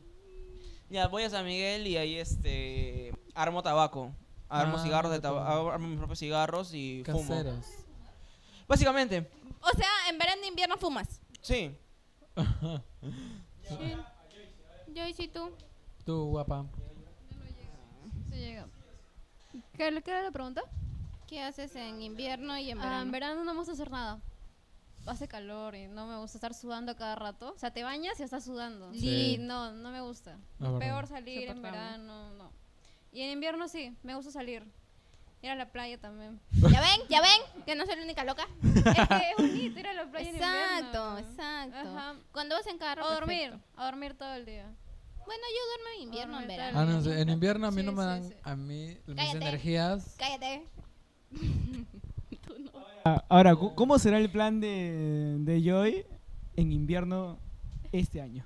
S2: Ya, voy a San Miguel y ahí este. Armo tabaco. Armo
S3: Ah,
S2: cigarros de
S3: tabaco.
S2: tabaco. Armo mis propios cigarros y fumo.
S3: Caseros.
S2: Básicamente,
S1: O sea, en verano e invierno fumas.
S2: sí.
S1: Yo y sí tú.
S3: Tú, guapa.
S5: Se llega. ¿Qué, le- qué era la pregunta?
S1: ¿Qué haces en invierno y en
S5: Ah,
S1: verano?
S5: en verano no me gusta hacer nada. Hace calor y no me gusta estar sudando cada rato. O sea, te bañas y estás sudando.
S3: Sí.
S5: Y no, no me gusta.
S3: No,
S5: Peor
S3: verdad.
S5: salir en
S1: Soportable.
S5: verano, no. Y en invierno sí, me gusta salir. Ir a la playa también.
S1: ¿Ya ven? ¿Ya ven? Que no soy la única
S3: [laughs]
S1: loca.
S5: es que es bonito ir a la playa
S1: Exacto,
S5: en invierno.
S1: exacto.
S5: Ajá.
S1: Cuando vas en carro.
S5: O dormir,
S1: perfecto.
S5: a dormir todo el día.
S1: Bueno, yo duermo en invierno, en
S5: Dormir todo el
S1: verano.
S3: Ah, no sé. En invierno a mí
S5: Sí,
S3: no me
S5: sí,
S3: dan.
S5: sí.
S3: A mí, mis
S1: Cállate.
S3: energías.
S1: Cállate.
S4: Ah, Ahora, cu- ¿cómo será el plan de, de Joy en invierno este año?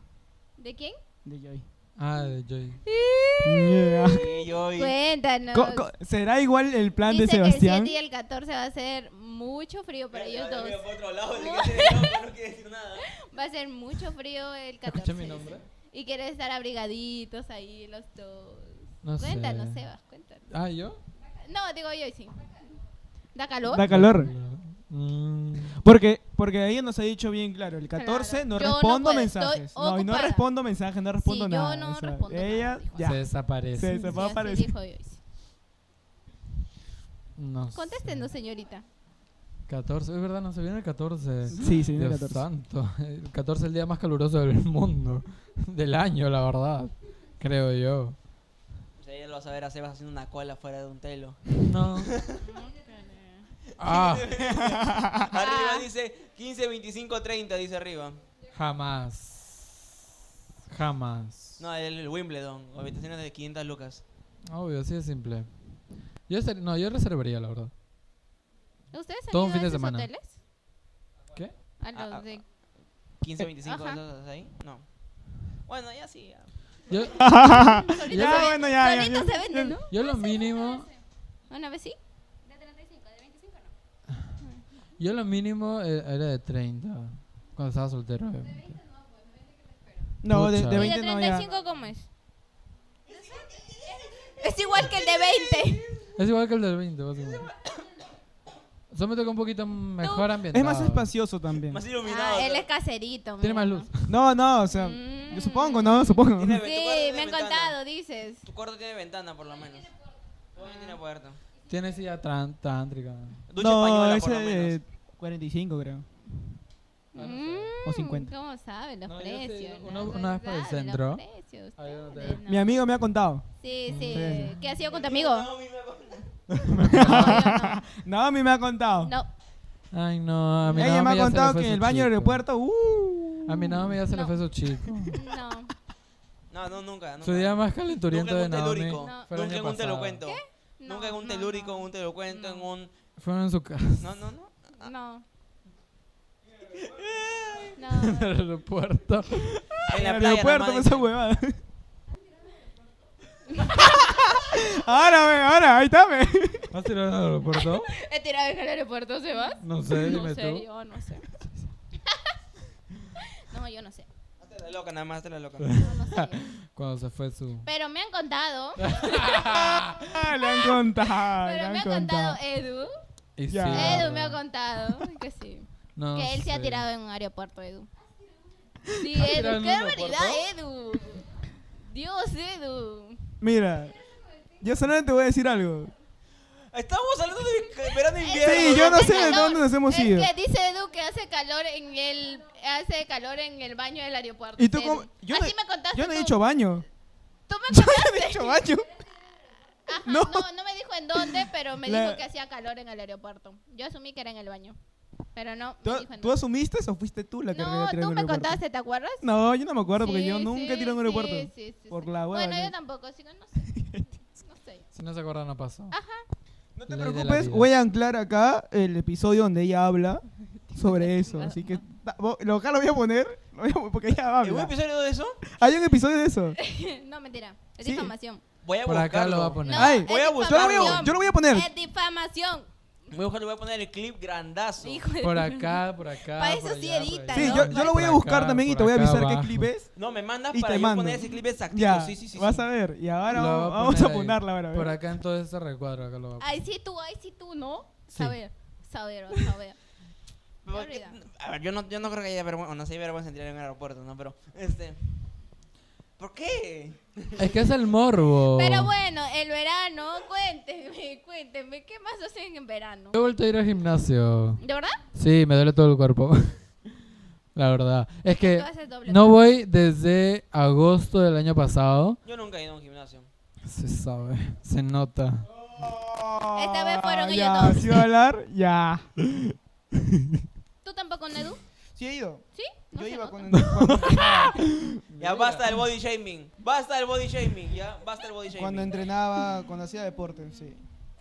S1: ¿De quién?
S4: De Joy.
S3: Ah, de Joy.
S4: Yeah.
S2: Y yo
S1: Pues,
S2: y-
S1: Cuéntanos.
S4: Co- co- ¿Será igual el plan de
S1: Dice
S4: Sebastián?
S1: que el 7 y el 14 va a ser mucho frío para ellos
S2: Ya, ya,
S1: dos.
S2: mira, por otro lado, le
S1: [laughs]
S2: quedé loco, [laughs] no quiere decir nada.
S1: Va a ser mucho frío el 14.
S3: ¿Escucha mi nombre?
S1: Y quieren estar abrigaditos ahí los dos.
S3: No sé.
S1: cuéntanos, Sebas, cuéntanos.
S3: Ah, ¿yo?
S1: No, digo yo sí. ¿Da calor?
S4: Da calor.
S3: Mm,
S4: Porque, porque ella nos ha dicho bien claro, el 14 no
S1: Yo no
S4: respondo
S1: puedo, estoy
S4: mensajes. No, y no
S1: ocupada.
S4: respondo mensajes, no respondo
S1: yo
S4: nada.
S1: no
S4: o sea,
S1: respondo nada,
S4: Ella
S1: dijo.
S3: Se
S4: ya.
S3: desaparece.
S4: Se- se
S1: Sí,
S4: va a
S1: así
S4: aparecer.
S1: dijo Joyce.
S3: No sé.
S1: Contéstenos, señorita.
S3: 14, es verdad, no se viene el 14.
S4: Sí, sí, el
S3: Dios
S4: 14.
S3: santo. El 14 es el día más caluroso del mundo. [laughs] Del año, la verdad. Creo yo.
S2: O sea, ya lo vas a ver a Sebas haciendo una cola fuera de un telo.
S1: [laughs]
S3: No. ah,
S1: Ah.
S2: Arriba dice 15, 25, 30, dice arriba.
S3: jamás. Jamás.
S2: No, el, el Wimbledon, habitaciones de 500 lucas.
S3: Obvio, así de simple. Yo ser- no, yo reservaría, la verdad.
S1: ¿Ustedes han
S3: Todo un
S1: ido
S3: fin de
S1: a esos
S3: semana.
S1: hoteles?
S3: ¿Qué?
S1: A los
S2: Ah, ah,
S1: de...
S2: 15, 25,
S1: Eh, Ajá.
S2: ¿estás ahí? No. Bueno, ya sí. ya.
S4: [laughs]
S3: Yo,
S1: Solito
S3: Ya,
S1: se ve-
S4: bueno, ya, ya,
S1: solito
S4: ya.
S1: se venden, ¿no?
S3: yo lo mínimo,
S1: Una vez sí.
S3: yo lo mínimo eh, era de 30. Cuando estaba soltero, obviamente.
S4: No, de,
S3: Pucha.
S4: de
S3: Y de
S1: ¿Y de
S4: 20 no ya.
S1: 35 cómo es? Es igual que el de 20.
S3: Es igual que el del 20, básicamente. Solo me toca un poquito mejor ambientado.
S4: Es más espacioso también.
S2: Más iluminado.
S1: Ah, él
S2: ¿no?
S1: es caserito.
S3: Tiene más
S1: mira.
S3: luz.
S4: No, no, o sea,
S1: Mm.
S4: yo supongo, no, supongo.
S2: Tiene-
S4: [laughs]
S2: tu cuarto
S1: Sí,
S2: tiene
S1: me han
S2: ventana.
S1: contado, dices.
S2: Tu cuarto tiene ventana, por lo menos. Todo tiene puerta.
S3: Tiene silla tran- tántrica.
S2: Ducha
S4: No,
S2: española,
S4: ese
S2: por lo
S4: de
S2: menos.
S4: 45 creo. O 50.
S1: Mm, ¿Cómo saben los
S3: No, yo sé,
S1: precios?
S3: una-
S1: la
S3: una vez por el
S1: verdad,
S3: centro.
S1: Los precios,
S3: Ahí en el
S1: ustedes,
S3: hotel.
S1: ¿no?
S4: Mi amigo me ha contado. [laughs]
S1: Sí, sí.
S4: Sí.
S1: ¿Qué ha sido con tu amigo? No,
S2: No, mi mamá- [laughs]
S1: yo
S4: No, a mí me ha contado.
S1: no. No.
S3: Ay, no, a mi
S4: Ella me
S3: Naomi
S4: ha
S3: ya se le
S4: contado
S3: fue
S4: que en
S3: su
S4: el baño del
S3: chico.
S4: aeropuerto, uh.
S3: A mi Naomi ya se le
S1: No.
S3: fue
S1: [laughs]
S3: su chico.
S1: No.
S2: no, no, nunca. nunca.
S3: Su día más calenturiento
S2: Nunca
S3: de
S2: en un
S3: Naomi
S2: telúrico.
S1: No.
S3: fue el
S2: Nunca
S3: año
S2: en un te lo
S3: pasado.
S2: cuento.
S1: No,
S2: Nunca en un
S1: no,
S2: telúrico,
S1: no.
S2: en un te lo cuento, en
S1: No.
S2: un.
S3: Fueron en su casa [laughs]
S2: No, no, no.
S1: No.
S3: en
S1: No.
S3: el aeropuerto.
S2: En
S4: En
S2: la
S4: el
S2: playa,
S4: aeropuerto,
S2: nomás,
S4: esa huevada. ahora, ve, ahora, ahí está, ve.
S3: ¿Has tirado en el aeropuerto?
S1: ¿He tirado en el aeropuerto, Sebas?
S3: No sé,
S1: [laughs] No
S3: dime
S1: sé,
S3: tú.
S1: yo no sé. [laughs] no, yo no sé.
S2: Hazte la loca, nada más, hazte la
S4: [laughs]
S2: loca.
S1: No, no sé. yo.
S3: Cuando se fue su.
S1: Pero me han
S3: [laughs]
S1: contado,
S4: Ah, le han contado. le
S1: pero
S4: han
S1: me ha contado eh. Edu.
S3: Y
S4: Ya. Ah,
S1: Edu
S3: Edu
S1: me ha contado que sí.
S3: No
S1: que él se ha
S3: sé. [laughs]
S1: tirado en un aeropuerto, Edu. Sí,
S3: ¿Ha
S1: Edu,
S3: tirado
S1: qué
S3: en un
S1: barbaridad, Edu. Dios, Edu.
S4: Mira, yo solamente te voy a decir algo.
S2: Estamos hablando de verano e invierno.
S4: Sí, yo no
S1: Hace
S4: sé de
S1: calor.
S4: dónde nos hemos
S1: Es
S4: ido.
S1: que dice Edu que hace calor en el hace calor en el baño del aeropuerto.
S4: ¿Y tú
S1: Edu.
S4: cómo? Yo no,
S1: Así me contaste.
S4: yo no he
S1: tú.
S4: dicho baño.
S1: Tú me
S4: [laughs] Yo
S1: contaste.
S4: no he dicho baño.
S1: Ajá,
S4: no.
S1: no. no, me dijo en dónde, pero me
S4: La-
S1: dijo que hacía calor en el aeropuerto. Yo asumí que era en el baño. Pero no,
S4: ¿Tú,
S1: me dijo en
S4: tú
S1: dónde.
S4: asumiste o fuiste tú la que
S1: No,
S4: tiró
S1: tú
S4: en
S1: me
S4: el aeropuerto?
S1: contaste, ¿te acuerdas?
S4: No, yo no me acuerdo porque
S1: Sí,
S4: yo nunca he
S1: sí,
S4: tirado en un
S1: sí,
S4: aeropuerto.
S1: sí, sí,
S4: por
S1: sí.
S4: la hueva,
S1: Bueno,
S4: ¿no?
S1: yo tampoco, si no, no
S4: [laughs]
S1: sé. No sé.
S3: Si no se acuerda, no pasó.
S4: No
S3: Ley
S4: te
S3: de la
S4: preocupes,
S3: vida.
S4: voy a anclar acá el episodio donde ella habla
S1: [laughs]
S4: sobre eso.
S5: Claro.
S4: Así que ta- vo- lo acá lo voy a poner, lo voy a
S2: [laughs]
S4: poner porque ella
S2: ¿En un
S4: habla.
S2: episodio de eso?
S4: Hay un episodio de eso.
S1: [laughs] No, mentira. Es
S4: Sí.
S1: difamación.
S2: Voy a
S3: Por acá lo
S2: buscarlo.
S3: va a poner.
S1: No,
S4: Ay,
S1: es
S2: voy a bus-
S4: Pues Yo lo voy a,
S1: difamación.
S4: yo lo voy a poner.
S1: Es difamación.
S2: Voy a buscarlo, voy a poner el clip grandazo.
S1: Hijo de-
S3: Por acá, por acá.
S1: Pa' eso
S3: por
S1: sí
S3: allá, por
S1: edita,
S3: allá.
S4: Sí,
S1: ¿no?
S4: yo, yo lo voy a
S3: Por
S4: buscar
S3: acá,
S4: también y
S3: por
S4: te voy a
S3: acá
S4: avisar qué
S3: abajo.
S4: clip es.
S2: No, me mandas
S4: Y
S2: para
S4: te
S2: yo
S4: mando.
S2: poner ese clip exacto.
S4: Ya,
S2: sí, sí, sí.
S4: vas
S2: sí.
S4: a ver. Y ahora
S3: Lo va
S4: vamos,
S3: a
S4: vamos a
S3: poner ahí.
S4: ponerla. Para ver.
S3: Por acá entonces se recuadra. Acá lo va a poner.
S1: Ay, sí tú, ay, sí tú, ¿no?
S3: Sí.
S1: Saber, saber, oh, saber.
S2: Pero que- A ver, yo no, yo no creo que haya vergüenza, o no sé si hay vergüenza en tirar en un aeropuerto, ¿no? Pero, este... ¿Por qué?
S3: Es que es el morbo.
S1: Pero bueno, el verano, cuéntenme, cuéntenme, ¿qué más hacen en verano?
S3: Yo he vuelto a ir al gimnasio.
S1: ¿De verdad?
S3: Sí, me duele todo el cuerpo. [laughs] La verdad. Es que
S1: Tú haces doble
S3: Eh, no
S1: plan.
S3: voy desde agosto del año pasado.
S2: Yo nunca he ido a un gimnasio.
S3: Se sabe, se nota.
S1: Esta vez fueron ellos
S4: Ah, ya,
S1: dos.
S4: ¿sí va a hablar? Ya.
S1: ¿Tú tampoco, Nedu?
S4: Sí he ido.
S1: ¿Sí? No
S4: yo
S1: se
S4: iba
S1: nota.
S4: con... cuando- [laughs]
S2: Ya basta del body shaming. Basta del body shaming. Ya basta del body shaming.
S4: Cuando entrenaba, cuando hacía deporte, sí.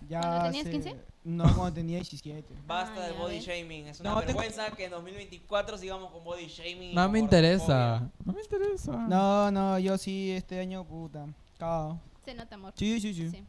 S4: Ya
S1: ¿Cuándo tenías
S4: hace-
S1: 15?
S4: No, cuando tenía 17.
S2: Basta
S1: Ah,
S2: del
S1: ya
S2: body
S1: ves.
S2: shaming. Es una
S4: No, te-
S2: vergüenza que en 2024 sigamos con body shaming. y
S3: No
S2: con
S3: me interesa. No me interesa.
S4: No, no, yo sí este año, puta. Cagado.
S1: Se nota, amor.
S4: Sí, sí, sí.
S1: Sí.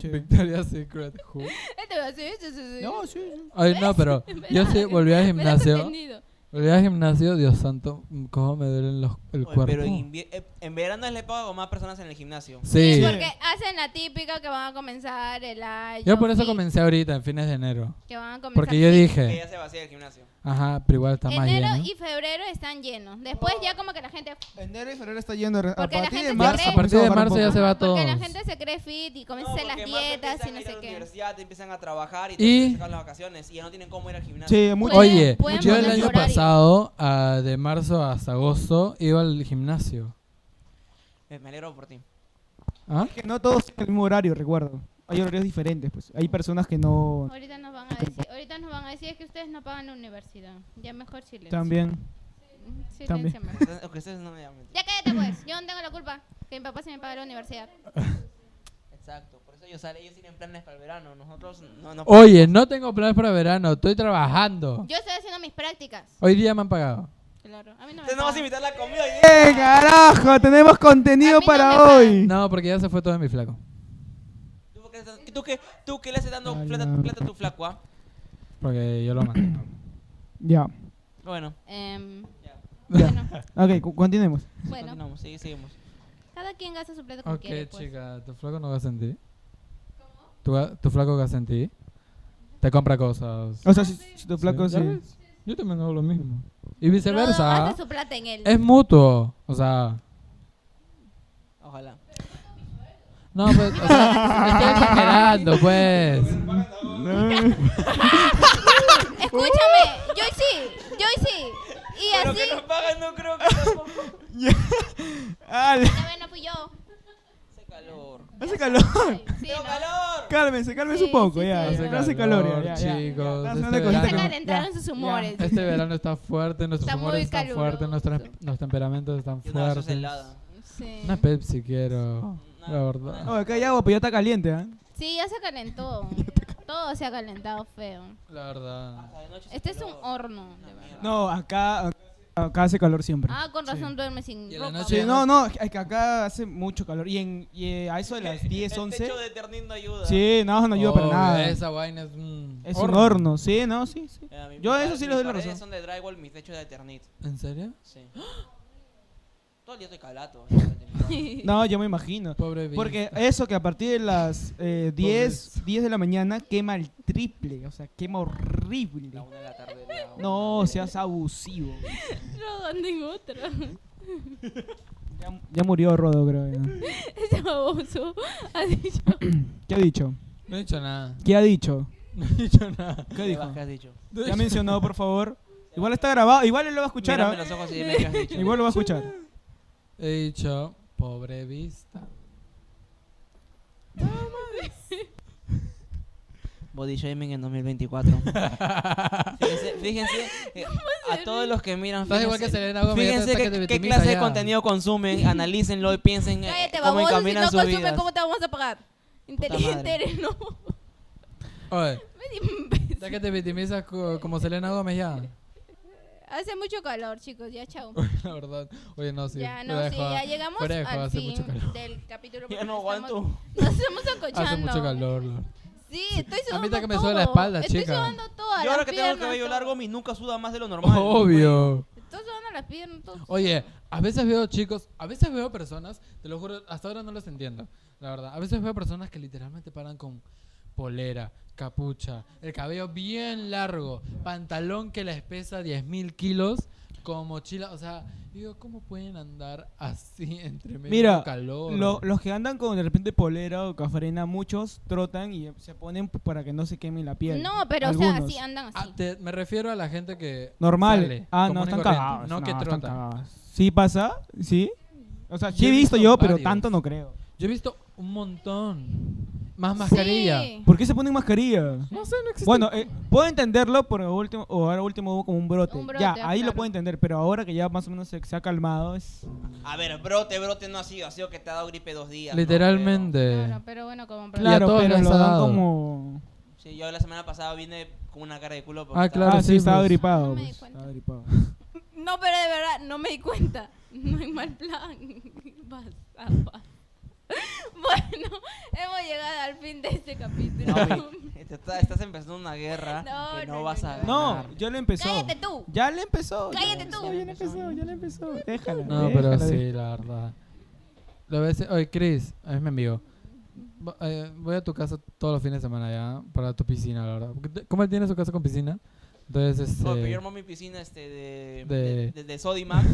S4: Sí.
S3: Victoria's Secret. who.
S1: Este va a ser- sí, sí, sí. [laughs]
S4: No, sí, sí.
S3: Ay, no, pero yo sí volví al
S1: Me das
S3: gimnasio.
S1: entendido.
S3: Volví al gimnasio, Dios santo, cómo me duelen los, el
S2: Oye,
S3: cuerpo.
S2: pero en, invie- eh, en verano es la época con más personas en el gimnasio.
S3: Sí,
S1: Porque hacen la típica que van a comenzar el año.
S3: yo por eso
S1: sí,
S3: comencé ahorita, en fines de enero.
S1: Que van a comenzar.
S3: Porque yo
S1: sí.
S2: Que
S3: dije,
S2: ya se vacía el gimnasio.
S3: ajá, pero igual está más
S1: Enero
S3: lleno.
S1: y febrero están llenos. Después ya como que la gente.
S4: Enero y febrero está yendo. A
S1: Porque la
S4: partir
S1: gente
S4: de
S1: se
S4: marzo.
S1: cree-
S3: A partir de
S4: comenzó a bajar un
S3: marzo ya
S4: poco.
S3: se va todo.
S1: Porque la gente se cree fit y comienza a hacer las
S2: porque marzo
S1: dietas y
S2: empiezan
S1: no
S2: a ir a
S1: sé
S2: la
S1: qué.
S2: universidad, empiezan a trabajar y,
S3: Y-
S2: te sacan las vacaciones y ya no tienen cómo ir al gimnasio.
S4: Sí, mucho.
S1: Oye,
S3: Oye,
S1: pueden
S3: yo el
S1: poner
S3: año
S1: horario.
S3: pasado, ah, de marzo hasta agosto, iba al gimnasio.
S2: Eh, Me alegro por ti.
S3: ¿Ah?
S4: Que no todos tienen el mismo horario, recuerdo. Hay horarios diferentes, pues. Hay personas que no.
S1: Ahorita nos van a decir, ahorita nos van a decir es que ustedes no pagan la universidad. Ya mejor silencio.
S4: También.
S1: Silencio
S4: también.
S1: mejor.
S2: Ustedes- Aunque ustedes no me llamen.
S1: Ya cállate pues, yo no tengo la culpa. Que mi papá se me paga la universidad.
S2: Exacto. Por eso ellos, salen, ellos tienen planes para el verano. Nosotros no. no
S3: Oye, no tengo planes para verano, estoy trabajando.
S1: Yo estoy haciendo mis prácticas.
S3: Ay, Hoy día me han pagado.
S1: Claro. A mí no me
S2: Ustedes no vas a
S1: pagan.
S2: invitar la comida hoy día.
S4: ¡Eh, carajo! Tenemos contenido
S1: A mí no
S4: para
S1: me pagan.
S4: hoy.
S3: No, porque ya se fue todo mi flaco.
S2: ¿Tú por qué estás- tú qué- ¿Tú qué le haces dando
S4: Ay,
S2: plata,
S4: no.
S2: plata a tu flaco? ah?
S3: Porque yo lo mandé.
S4: Ya.
S2: Bueno,
S1: Em,
S2: ya.
S1: bueno,
S4: Ok, cu- continuemos.
S1: bueno.
S2: Continuamos, sigue- seguimos.
S1: Cada quien gasta su plato como
S3: Ok,
S1: quiere. Pues.
S3: chica, tu flaco no gasta en ti. Tu, ga- tu flaco gasta en ti. Te compra cosas.
S4: O sea, si, si Ah, tu flaco
S3: ¿Ya
S4: sí.
S3: ves? Yo también hago lo mismo. Y
S1: Todo
S3: viceversa. ¿ah? Em,
S1: gasta su plata en él.
S3: Es mutuo. O sea.
S2: Ojalá.
S3: No, pues. O sea,
S1: [laughs]
S3: estoy exagerando, pues.
S1: Escúchame, yo sí, yo sí. Y
S2: Pero
S1: así,
S2: que nos pagan no creo que
S1: [laughs]
S2: tampoco.
S4: ¡Ale!
S1: ya ven, no fui yo.
S2: Hace calor.
S4: Hace calor.
S1: Ay, sí,
S2: ¡Tengo
S1: no.
S2: calor!
S4: Cálmense, cálmense
S1: Sí,
S4: un poco,
S1: sí,
S4: ya.
S1: sí.
S4: [laughs] Hace,
S1: Hace
S4: calor,
S3: calor,
S4: ya, ya, ya,
S3: chicos,
S4: ya. Estás
S3: este
S4: hablando con-
S3: verano.
S1: Se calentaron sus humores.
S3: Este verano está fuerte, nuestros
S1: Está
S3: humores
S1: muy
S3: están fuertes,
S1: caluroso.
S3: nuestros, los temperamentos están
S2: Y una gaseosa
S3: fuertes.
S2: helada.
S1: Sí.
S3: Una Pepsi
S4: Oh.
S3: quiero.
S2: Una-
S3: La verdad.
S4: No, acá hay agua, pero ya está caliente, ¿ah?
S1: Sí, ya se calentó. Todo se ha calentado feo.
S3: La verdad.
S2: Hasta de noche hace
S1: Este es un
S2: calor.
S1: horno. de verdad.
S4: No, acá, acá hace calor siempre.
S1: Ah, con razón duerme sin
S3: Y en la
S1: ropa.
S3: noche-
S4: Sí, no, no, es que acá hace mucho calor. Y, en, y eh, a eso de las 10,
S2: El
S4: 11.
S2: techo de Ternín no ayuda.
S4: Sí, no, no ayuda para
S3: Oh,
S4: nada. Es
S3: Esa vaina es un
S4: un horno, sí, no, sí, sí.
S2: Eh, mi-
S4: Yo
S2: mis
S4: eso
S2: pa-
S4: sí les doy
S2: mis
S4: la
S2: paredes
S4: razón.
S2: son de drywall, mis techos de Eternit.
S3: ¿En serio?
S1: [gasps]
S2: Sí. Todo el día estoy calato.
S1: [laughs]
S4: No, yo me imagino.
S3: Pobre Vin.
S4: Porque eh, eso que a partir de las eh, 10, 10 de la mañana quema el triple, o sea, quema horrible.
S2: La una de la tarde. la una
S4: No
S1: [laughs]
S2: de-
S4: seas abusivo.
S1: No, en otro.
S4: Ya, ya murió Rodo, creo. ya.
S1: [laughs] Ese baboso ha dicho.
S4: [coughs] ¿Qué ha dicho?
S3: No he dicho nada. [laughs]
S4: ¿Qué
S1: [laughs]
S4: ha dicho?
S3: No he dicho nada.
S4: ¿Qué dijo?
S2: ¿Qué has dicho?
S4: Ya mencionado, por favor. Igual está grabado, igual él lo va a escuchar.
S2: Mírame
S4: ¿ah?
S2: los ojos y dime qué has dicho.
S4: Igual lo va a escuchar.
S3: He dicho, pobre vista.
S2: Body shaming en [laughs] 2024. fíjense, fíjense, eh, a todos los que miran.
S3: Estás igual que
S2: fíjense-
S3: Selena Gómez, ya
S2: Fíjense
S3: te-
S2: qué-
S3: que te
S2: qué
S3: victimizas
S2: clase de
S3: ya.
S2: contenido [laughs] consumen, analícenlo y piensen eh,
S1: Cállate,
S2: cómo
S1: baboso. Si
S2: encaminan
S1: no
S2: sus
S1: consume,
S2: vidas.
S1: ¿cómo te vamos a pagar? Inteligente
S2: madre.
S1: eres, [laughs] ¿no? [laughs]
S3: Oye,
S1: Imbécil.
S3: ya que te victimizas co- como Selena Gómez ya. [laughs]
S1: Hace mucho calor, chicos. Ya, chao.
S3: La verdad. Oye, no, sí.
S1: ya, no,
S3: fuera de
S1: sí,
S3: joda.
S1: ya llegamos
S3: Fuera de joda,
S1: al
S3: hace mucho
S1: fin
S3: calor.
S1: del capítulo.
S2: Ya
S1: porque
S2: no
S1: estamos-
S2: aguanto.
S1: [laughs] Nos estamos acochando.
S3: Hace mucho calor. Lord.
S1: Sí, estoy sudando.
S3: mí está que me
S1: todo.
S3: sube la espalda,
S1: estoy
S3: chica.
S1: sudando toda.
S2: Yo ahora
S1: las
S2: que tengo el
S1: piernas,
S2: cabello
S1: todo.
S2: largo, mi nunca suda más de lo normal.
S3: Obvio.
S1: Estoy sudando las piernas. todo.
S3: Oye, a veces veo chicos, a veces veo personas, te lo juro, hasta ahora no los entiendo, la verdad. A veces veo personas que literalmente paran con polera, capucha, el cabello bien largo, pantalón que les pesa 10.000 kilos, con mochila, o sea, digo, ¿cómo pueden andar así entre medio
S4: Mira,
S3: calor?
S4: Lo- los que andan con de repente polera o cafarena, muchos trotan y se ponen para que no se queme la piel.
S1: No, pero o sea,
S4: Algunos.
S1: sí, andan
S3: Ah,
S1: así.
S3: te- me refiero a la gente que
S4: Normal.
S3: sale,
S4: ah, no,
S3: común y
S4: están
S3: corriente,
S4: cagados.
S3: no que
S4: están
S3: trota.
S4: cagados. ¿Sí pasa? ¿Sí? O sea,
S3: Yo
S4: sí
S3: he
S4: he
S3: visto
S4: visto yo, pero
S3: varios.
S4: tanto no creo.
S3: Yo he visto un montón, más mascarilla.
S1: Sí.
S4: ¿Por qué se ponen mascarilla?
S3: No sé, no existe.
S4: Bueno, eh, puedo entenderlo, pero último, o ahora último hubo como un brote.
S1: Un brote,
S4: ya,
S1: ah,
S4: ahí lo
S1: claro.
S4: puedo entender, pero ahora que ya más o menos se, se ha calmado, es...
S2: A ver, brote, brote no ha sido, ha sido que te ha dado gripe dos días. ¿no?
S3: literalmente.
S1: Claro, pero bueno, como
S3: Y a
S4: Claro,
S3: todos
S4: pero
S3: les
S4: lo
S3: ha
S4: dan
S3: dado.
S4: como...
S2: Pero- sí, yo la semana pasada vine con una cara de culo. porque
S3: Ah,
S2: estaba-
S3: Claro,
S4: ah, sí,
S3: sí,
S4: estaba
S3: pues.
S4: gripado.
S1: No me
S4: pues,
S1: di cuenta.
S4: estaba gripado.
S1: No, pero de verdad, no me di cuenta. No hay mal plan. [laughs] Basaba. [laughs] Bueno, hemos llegado al fin de este capítulo.
S2: No, güey, [laughs] te está- estás empezando una guerra
S1: No,
S2: que no,
S1: no,
S2: vas
S1: no,
S2: a
S1: no.
S2: ganar.
S4: No, ya le empezó.
S1: Cállate tú.
S4: Ya le empezó. ya
S1: Cállate
S4: le
S1: tú.
S4: empezó, Ya le empezó, ya le empezó. Déjala.
S3: No, pero
S4: déjala,
S3: sí, la verdad. Lo veces, oye, Chris, a mí me envió. Va- eh, Voy a tu casa todos los fines de semana ya para tu piscina, la verdad. Porque te- Como él tiene su casa con piscina, entonces este,
S2: No, pero yo armo mi piscina este de,
S3: De-
S2: de, de- de Sodimac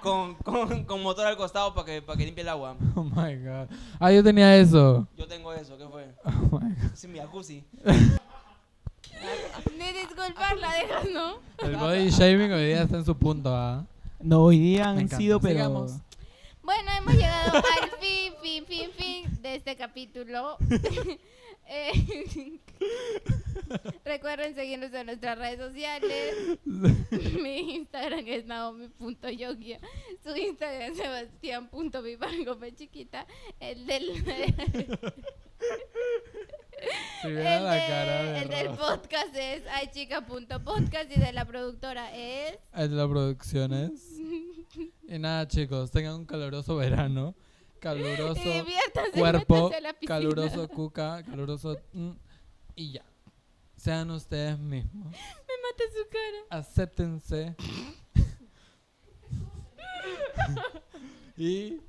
S2: con, con, con motor al costado para que, para que limpie el agua.
S3: [laughs] Oh my god. Ah, yo tenía eso.
S2: Yo tengo eso, ¿qué fue?
S3: Oh my god.
S2: Sin mi jacuzzi.
S1: [laughs] Ni disculparla, dejas, ¿no?
S3: El body shaming hoy día está en su punto, ¿ah?
S4: No, hoy día
S3: Me
S4: han
S3: encanta.
S4: sido, pero... [laughs]
S3: Sigamos.
S1: Bueno, hemos llegado al fin, fin, fin, fin de este capítulo. [laughs] Eh, [laughs] recuerden seguirnos en nuestras redes sociales. Mi Instagram es naomi.yogia. Su Instagram es sebastián.vivango, fe chiquita. El del, [laughs]
S3: Si
S1: el
S3: viera la
S1: de-
S3: cara de
S1: el del
S3: Ross.
S1: podcast es aychica.podcast y de la productora es...
S3: El de
S1: [laughs]
S3: las producciones. Y nada, chicos, tengan un caluroso
S1: Y
S3: verano. Caluroso.
S1: Eh, [laughs] diviértanse,
S3: cuerpo
S1: métanse a la piscina. [laughs]
S3: caluroso cuca, caluroso mm, y ya. Sean ustedes mismos.
S1: Me mata su cara.
S3: Acéptense. [laughs] y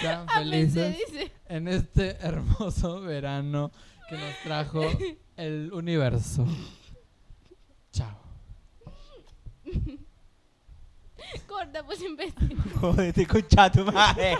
S3: sean
S1: Ámense,
S3: felices
S1: Ah, dice.
S3: en este hermoso verano que nos trajo el universo. Chao.
S1: Corta, pues imbécil.
S2: Jódete con chato, madre.